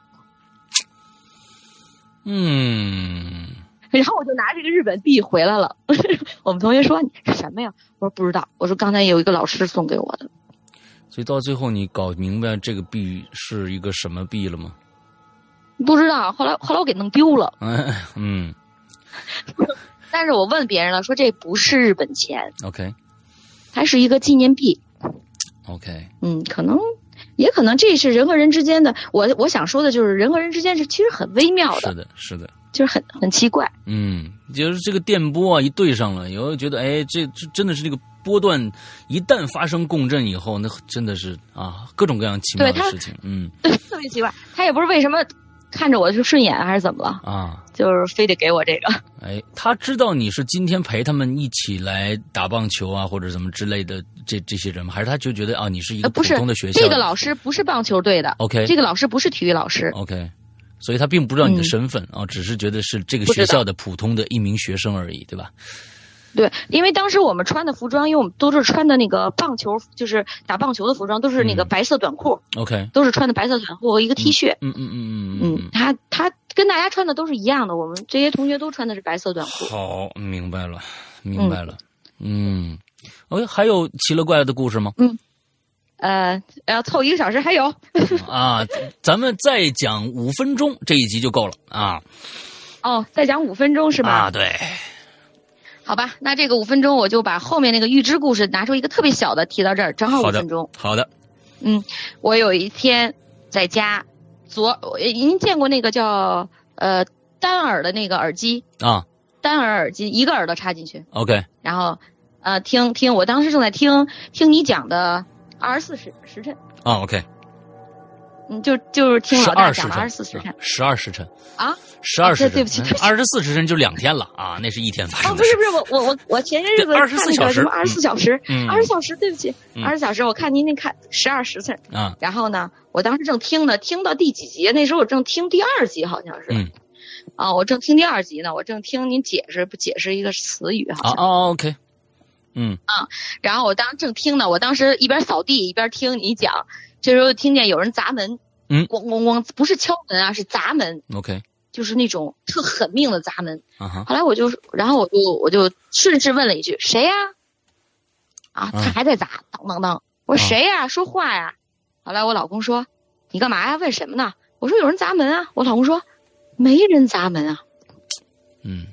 [SPEAKER 2] 嗯
[SPEAKER 3] 然后我就拿这个日本币回来了。 我们同学说你是什么呀？我说不知道。我说刚才有一个老师送给我的。
[SPEAKER 2] 所以到最后，你搞明白这个币是一个什么币了吗？
[SPEAKER 3] 不知道，后来后来我给弄丢了，
[SPEAKER 2] 嗯
[SPEAKER 3] 但是我问别人了，说这不是日本钱，
[SPEAKER 2] ，OK
[SPEAKER 3] 它是一个纪念币。
[SPEAKER 2] OK，
[SPEAKER 3] 嗯，可能，也可能这是人和人之间的。我我想说的就是，人和人之间是其实很微妙的，
[SPEAKER 2] 是的，是的，
[SPEAKER 3] 就是很很奇怪。
[SPEAKER 2] 嗯，就是这个电波啊，一对上了，有时候觉得，哎，这这真的是这个波段，一旦发生共振以后，那真的是啊，各种各样奇妙
[SPEAKER 3] 对
[SPEAKER 2] 的
[SPEAKER 3] 它
[SPEAKER 2] 事情，嗯
[SPEAKER 3] 对，特别奇怪。他也不是为什么看着我就顺眼还是怎么了，
[SPEAKER 2] 啊，
[SPEAKER 3] 就是非得给我这个。
[SPEAKER 2] 哎，他知道你是今天陪他们一起来打棒球啊，或者什么之类的这这些人吗？还是他就觉得啊，你是一个
[SPEAKER 3] 呃，
[SPEAKER 2] 普
[SPEAKER 3] 不是
[SPEAKER 2] 通的学，校？
[SPEAKER 3] 这个老师不是棒球队的
[SPEAKER 2] OK
[SPEAKER 3] 这个老师不是体育老师。
[SPEAKER 2] OK，所以他并不知道你的
[SPEAKER 3] 嗯
[SPEAKER 2] 身份啊，只是觉得是这个
[SPEAKER 3] 不
[SPEAKER 2] 学
[SPEAKER 3] 知道
[SPEAKER 2] 校的普通的一名学生而已，对吧？
[SPEAKER 3] 对，因为当时我们穿的服装，因为我们都是穿的那个棒球，就是打棒球的服装，都是那个
[SPEAKER 2] 嗯
[SPEAKER 3] 白色短裤，
[SPEAKER 2] OK，
[SPEAKER 3] 都是穿的白色短裤和一个 T 恤。
[SPEAKER 2] 嗯嗯嗯嗯
[SPEAKER 3] 嗯，他他跟大家穿的都是一样的，我们这些同学都穿的是白色短裤。
[SPEAKER 2] 好，明白了，明白了，嗯，哎，还有奇了怪了的故 事吗？
[SPEAKER 3] 呃，要凑一个小时还有
[SPEAKER 2] 啊，咱们再讲五分钟，这一集就够了啊，
[SPEAKER 3] 哦，再讲五分钟是吧？
[SPEAKER 2] 啊，对，
[SPEAKER 3] 好吧，那这个五分钟我就把后面那个预知故事拿出一个特别小的提到这儿，正好
[SPEAKER 2] 好
[SPEAKER 3] 五
[SPEAKER 2] 的
[SPEAKER 3] 分钟。
[SPEAKER 2] 好的，
[SPEAKER 3] 我有一天在家，左呃您见过那个叫呃单耳的那个耳机，
[SPEAKER 2] 啊
[SPEAKER 3] 单耳耳机一个耳朵插进去，
[SPEAKER 2] ，OK，
[SPEAKER 3] 然后呃听听，我当时正在听听你讲的二十四时时辰，
[SPEAKER 2] 啊，OK，
[SPEAKER 3] 嗯，就就是听
[SPEAKER 2] 十
[SPEAKER 3] 老大
[SPEAKER 2] 二时
[SPEAKER 3] 讲的
[SPEAKER 2] 辰，
[SPEAKER 3] 二十四时辰
[SPEAKER 2] 十二时辰
[SPEAKER 3] 啊。
[SPEAKER 2] 十二时
[SPEAKER 3] 啊
[SPEAKER 2] 辰
[SPEAKER 3] 对对不起对不，起
[SPEAKER 2] 二十四时辰就两天了啊，那是一天 发
[SPEAKER 3] 哦，
[SPEAKER 2] 生
[SPEAKER 3] 不
[SPEAKER 2] 的
[SPEAKER 3] 是
[SPEAKER 2] 事。
[SPEAKER 3] 不是，我我我我前些日子
[SPEAKER 2] 对
[SPEAKER 3] 看
[SPEAKER 2] 24
[SPEAKER 3] 那
[SPEAKER 2] 小
[SPEAKER 3] 个
[SPEAKER 2] 时
[SPEAKER 3] 什么二十四小时，
[SPEAKER 2] 嗯
[SPEAKER 3] 二十小时，对不起，
[SPEAKER 2] 嗯
[SPEAKER 3] 二十小时，我看您那看十二时辰，
[SPEAKER 2] 啊，
[SPEAKER 3] 然后呢，我当时正听呢，听到第几集？那时候我正听第二集，好像是，
[SPEAKER 2] 嗯
[SPEAKER 3] 啊，我正听第二集呢，我正听您解释不解释一个词语，好
[SPEAKER 2] 啊
[SPEAKER 3] 像，
[SPEAKER 2] 哦，OK，嗯
[SPEAKER 3] 然后我当时正听呢，我当时一边扫地一边听你讲，这时候听见有人砸门，
[SPEAKER 2] 嗯
[SPEAKER 3] 咣咣咣，不是敲门啊，是砸门，
[SPEAKER 2] ，OK，
[SPEAKER 3] 就是那种特狠命的砸门。
[SPEAKER 2] 啊哈，
[SPEAKER 3] 后来我就，然后我就我就顺势问了一句：“谁呀、啊？”
[SPEAKER 2] 嗯
[SPEAKER 3] 他还在砸，当当当。我说：“
[SPEAKER 2] 啊
[SPEAKER 3] 谁呀、说话呀！”后来我老公说：“你干嘛呀？问什么呢？”我说：“有人砸门啊！”我老公说：“没人砸门啊
[SPEAKER 2] 嗯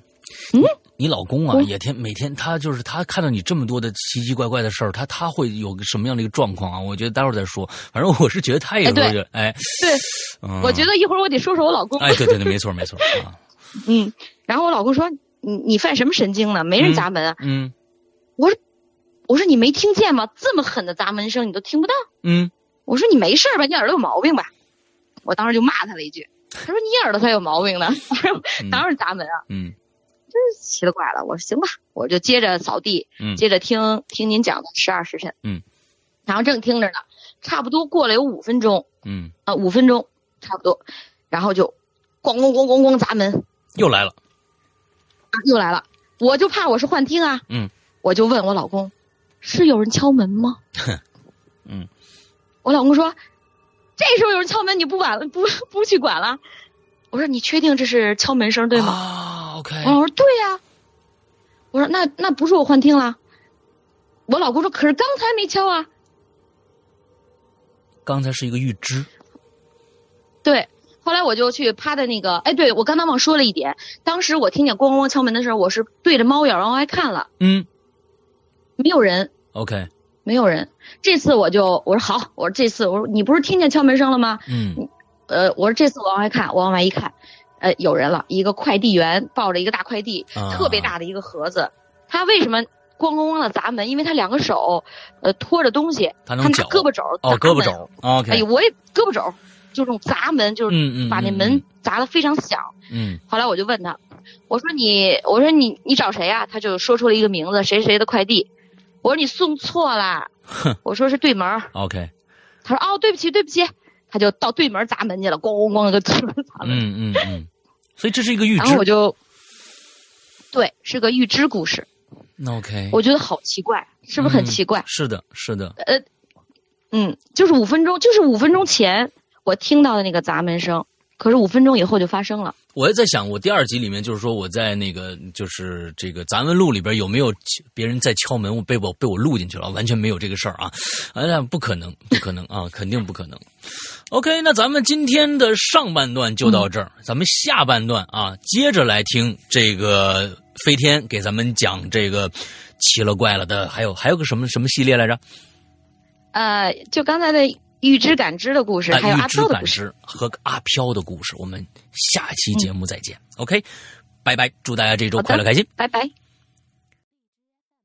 [SPEAKER 3] 嗯，
[SPEAKER 2] 你老公啊，
[SPEAKER 3] 我
[SPEAKER 2] 也天每天他就是他看到你这么多的奇奇怪怪的事儿，他他会有个什么样的一个状况啊？我觉得待会儿再说。反正我是觉得他也
[SPEAKER 3] 哎
[SPEAKER 2] 会
[SPEAKER 3] 对
[SPEAKER 2] 有哎，！”嗯、
[SPEAKER 3] 我觉得一会儿我得说说我老公。
[SPEAKER 2] 哎，对对对，没错没错啊，
[SPEAKER 3] 嗯，然后我老公说：“你你犯什么神经呢？没人砸门啊！”
[SPEAKER 2] 嗯
[SPEAKER 3] 我说：“你没听见吗？这么狠的砸门声你都听不到。”
[SPEAKER 2] 嗯
[SPEAKER 3] 我说你没事儿吧？你耳朵有毛病吧？ 我当时就骂他了一句。他说你耳朵才有毛病呢，当时砸门啊！
[SPEAKER 2] 嗯
[SPEAKER 3] 真是奇了怪了。我说行吧，我就接着扫地，
[SPEAKER 2] 嗯
[SPEAKER 3] 接着听听您讲的十二时辰。
[SPEAKER 2] 嗯，
[SPEAKER 3] 然后正听着呢，差不多过了有五分钟
[SPEAKER 2] 嗯，
[SPEAKER 3] 啊，五分钟差不多，然后就咣咣咣咣咣砸门
[SPEAKER 2] 又来了，
[SPEAKER 3] 啊，又来了。我就怕我是幻听啊，
[SPEAKER 2] 嗯，？
[SPEAKER 3] 我就问我老公，是有人敲门吗
[SPEAKER 2] 嗯，
[SPEAKER 3] 我老公说，这时候有人敲门，你不管了，不不去管了。我说你确定这是敲门声对吗？嗯
[SPEAKER 2] 啊，OK，
[SPEAKER 3] 我说对呀、我说那那不是我幻听了。我老公说，可是刚才没敲啊。
[SPEAKER 2] 刚才是一个预知，
[SPEAKER 3] 对，后来我就去趴在那个，哎，对我刚才忘说了一点，当时我听见咣咣咣敲门的时候，我是对着猫眼往外看了，
[SPEAKER 2] 嗯
[SPEAKER 3] 没有人，
[SPEAKER 2] ，OK，
[SPEAKER 3] 没有人。这次我就我说好，我说这次我说你不是听见敲门声了吗？
[SPEAKER 2] 嗯
[SPEAKER 3] 呃，我说这次我往外看，我往外一看，呃，有人了，一个快递员抱着一个大快递，
[SPEAKER 2] 啊
[SPEAKER 3] 特别大的一个盒子。他为什么咣咣咣的砸门？因为他两个手，呃，拖着东西，
[SPEAKER 2] 他
[SPEAKER 3] 他
[SPEAKER 2] 能
[SPEAKER 3] 拿
[SPEAKER 2] 搅
[SPEAKER 3] 胳膊肘儿
[SPEAKER 2] 哦，
[SPEAKER 3] 砸
[SPEAKER 2] 胳膊
[SPEAKER 3] 门
[SPEAKER 2] 肘。，OK，
[SPEAKER 3] 哎呦，我也胳膊肘儿，就这种砸门，就是
[SPEAKER 2] 嗯嗯，
[SPEAKER 3] 把那门砸得非常响。
[SPEAKER 2] 嗯，
[SPEAKER 3] 后来我就问他，我说你，我说你，你找谁呀、啊他就说出了一个名字，谁谁的快递。我说你送错啦，我说是对门儿。
[SPEAKER 2] 嗯，OK，
[SPEAKER 3] 他说哦，对不起，对不起。他就到对门儿砸门去了，咣咣咣就砸门。
[SPEAKER 2] 嗯嗯嗯，所以这是一个预
[SPEAKER 3] 然后我
[SPEAKER 2] 知
[SPEAKER 3] 就，对，是个预知故事。
[SPEAKER 2] ，OK，
[SPEAKER 3] 我觉得好奇怪，是不是很
[SPEAKER 2] 哎嗯
[SPEAKER 3] 奇怪？
[SPEAKER 2] 是的，是的，
[SPEAKER 3] 嗯，就是五分钟，就是五分钟前我听到的那个砸门声，可是五分钟以后就发生了。
[SPEAKER 2] 我也在想，我第二集里面就是说，我在那个就是这个《咱们录》里边有没有别人在敲门，我被我被我录进去了，完全没有这个事儿啊！哎呀，不可能，不可能啊，肯定不可能。OK，那咱们今天的上半段就到这儿，
[SPEAKER 3] 嗯
[SPEAKER 2] 咱们下半段啊，接着来听这个飞天给咱们讲这个奇了怪了的，还有还有个什么什么系列来着？
[SPEAKER 3] 呃，就刚才的预知感知的故事，
[SPEAKER 2] 啊，
[SPEAKER 3] 还有阿
[SPEAKER 2] 预知
[SPEAKER 3] 飘的
[SPEAKER 2] 感
[SPEAKER 3] 故事。嗯
[SPEAKER 2] 知和阿飘的故事，我们下期节目再见。OK，拜拜，祝大家这周
[SPEAKER 3] 好的
[SPEAKER 2] 快乐开心。
[SPEAKER 3] 拜拜。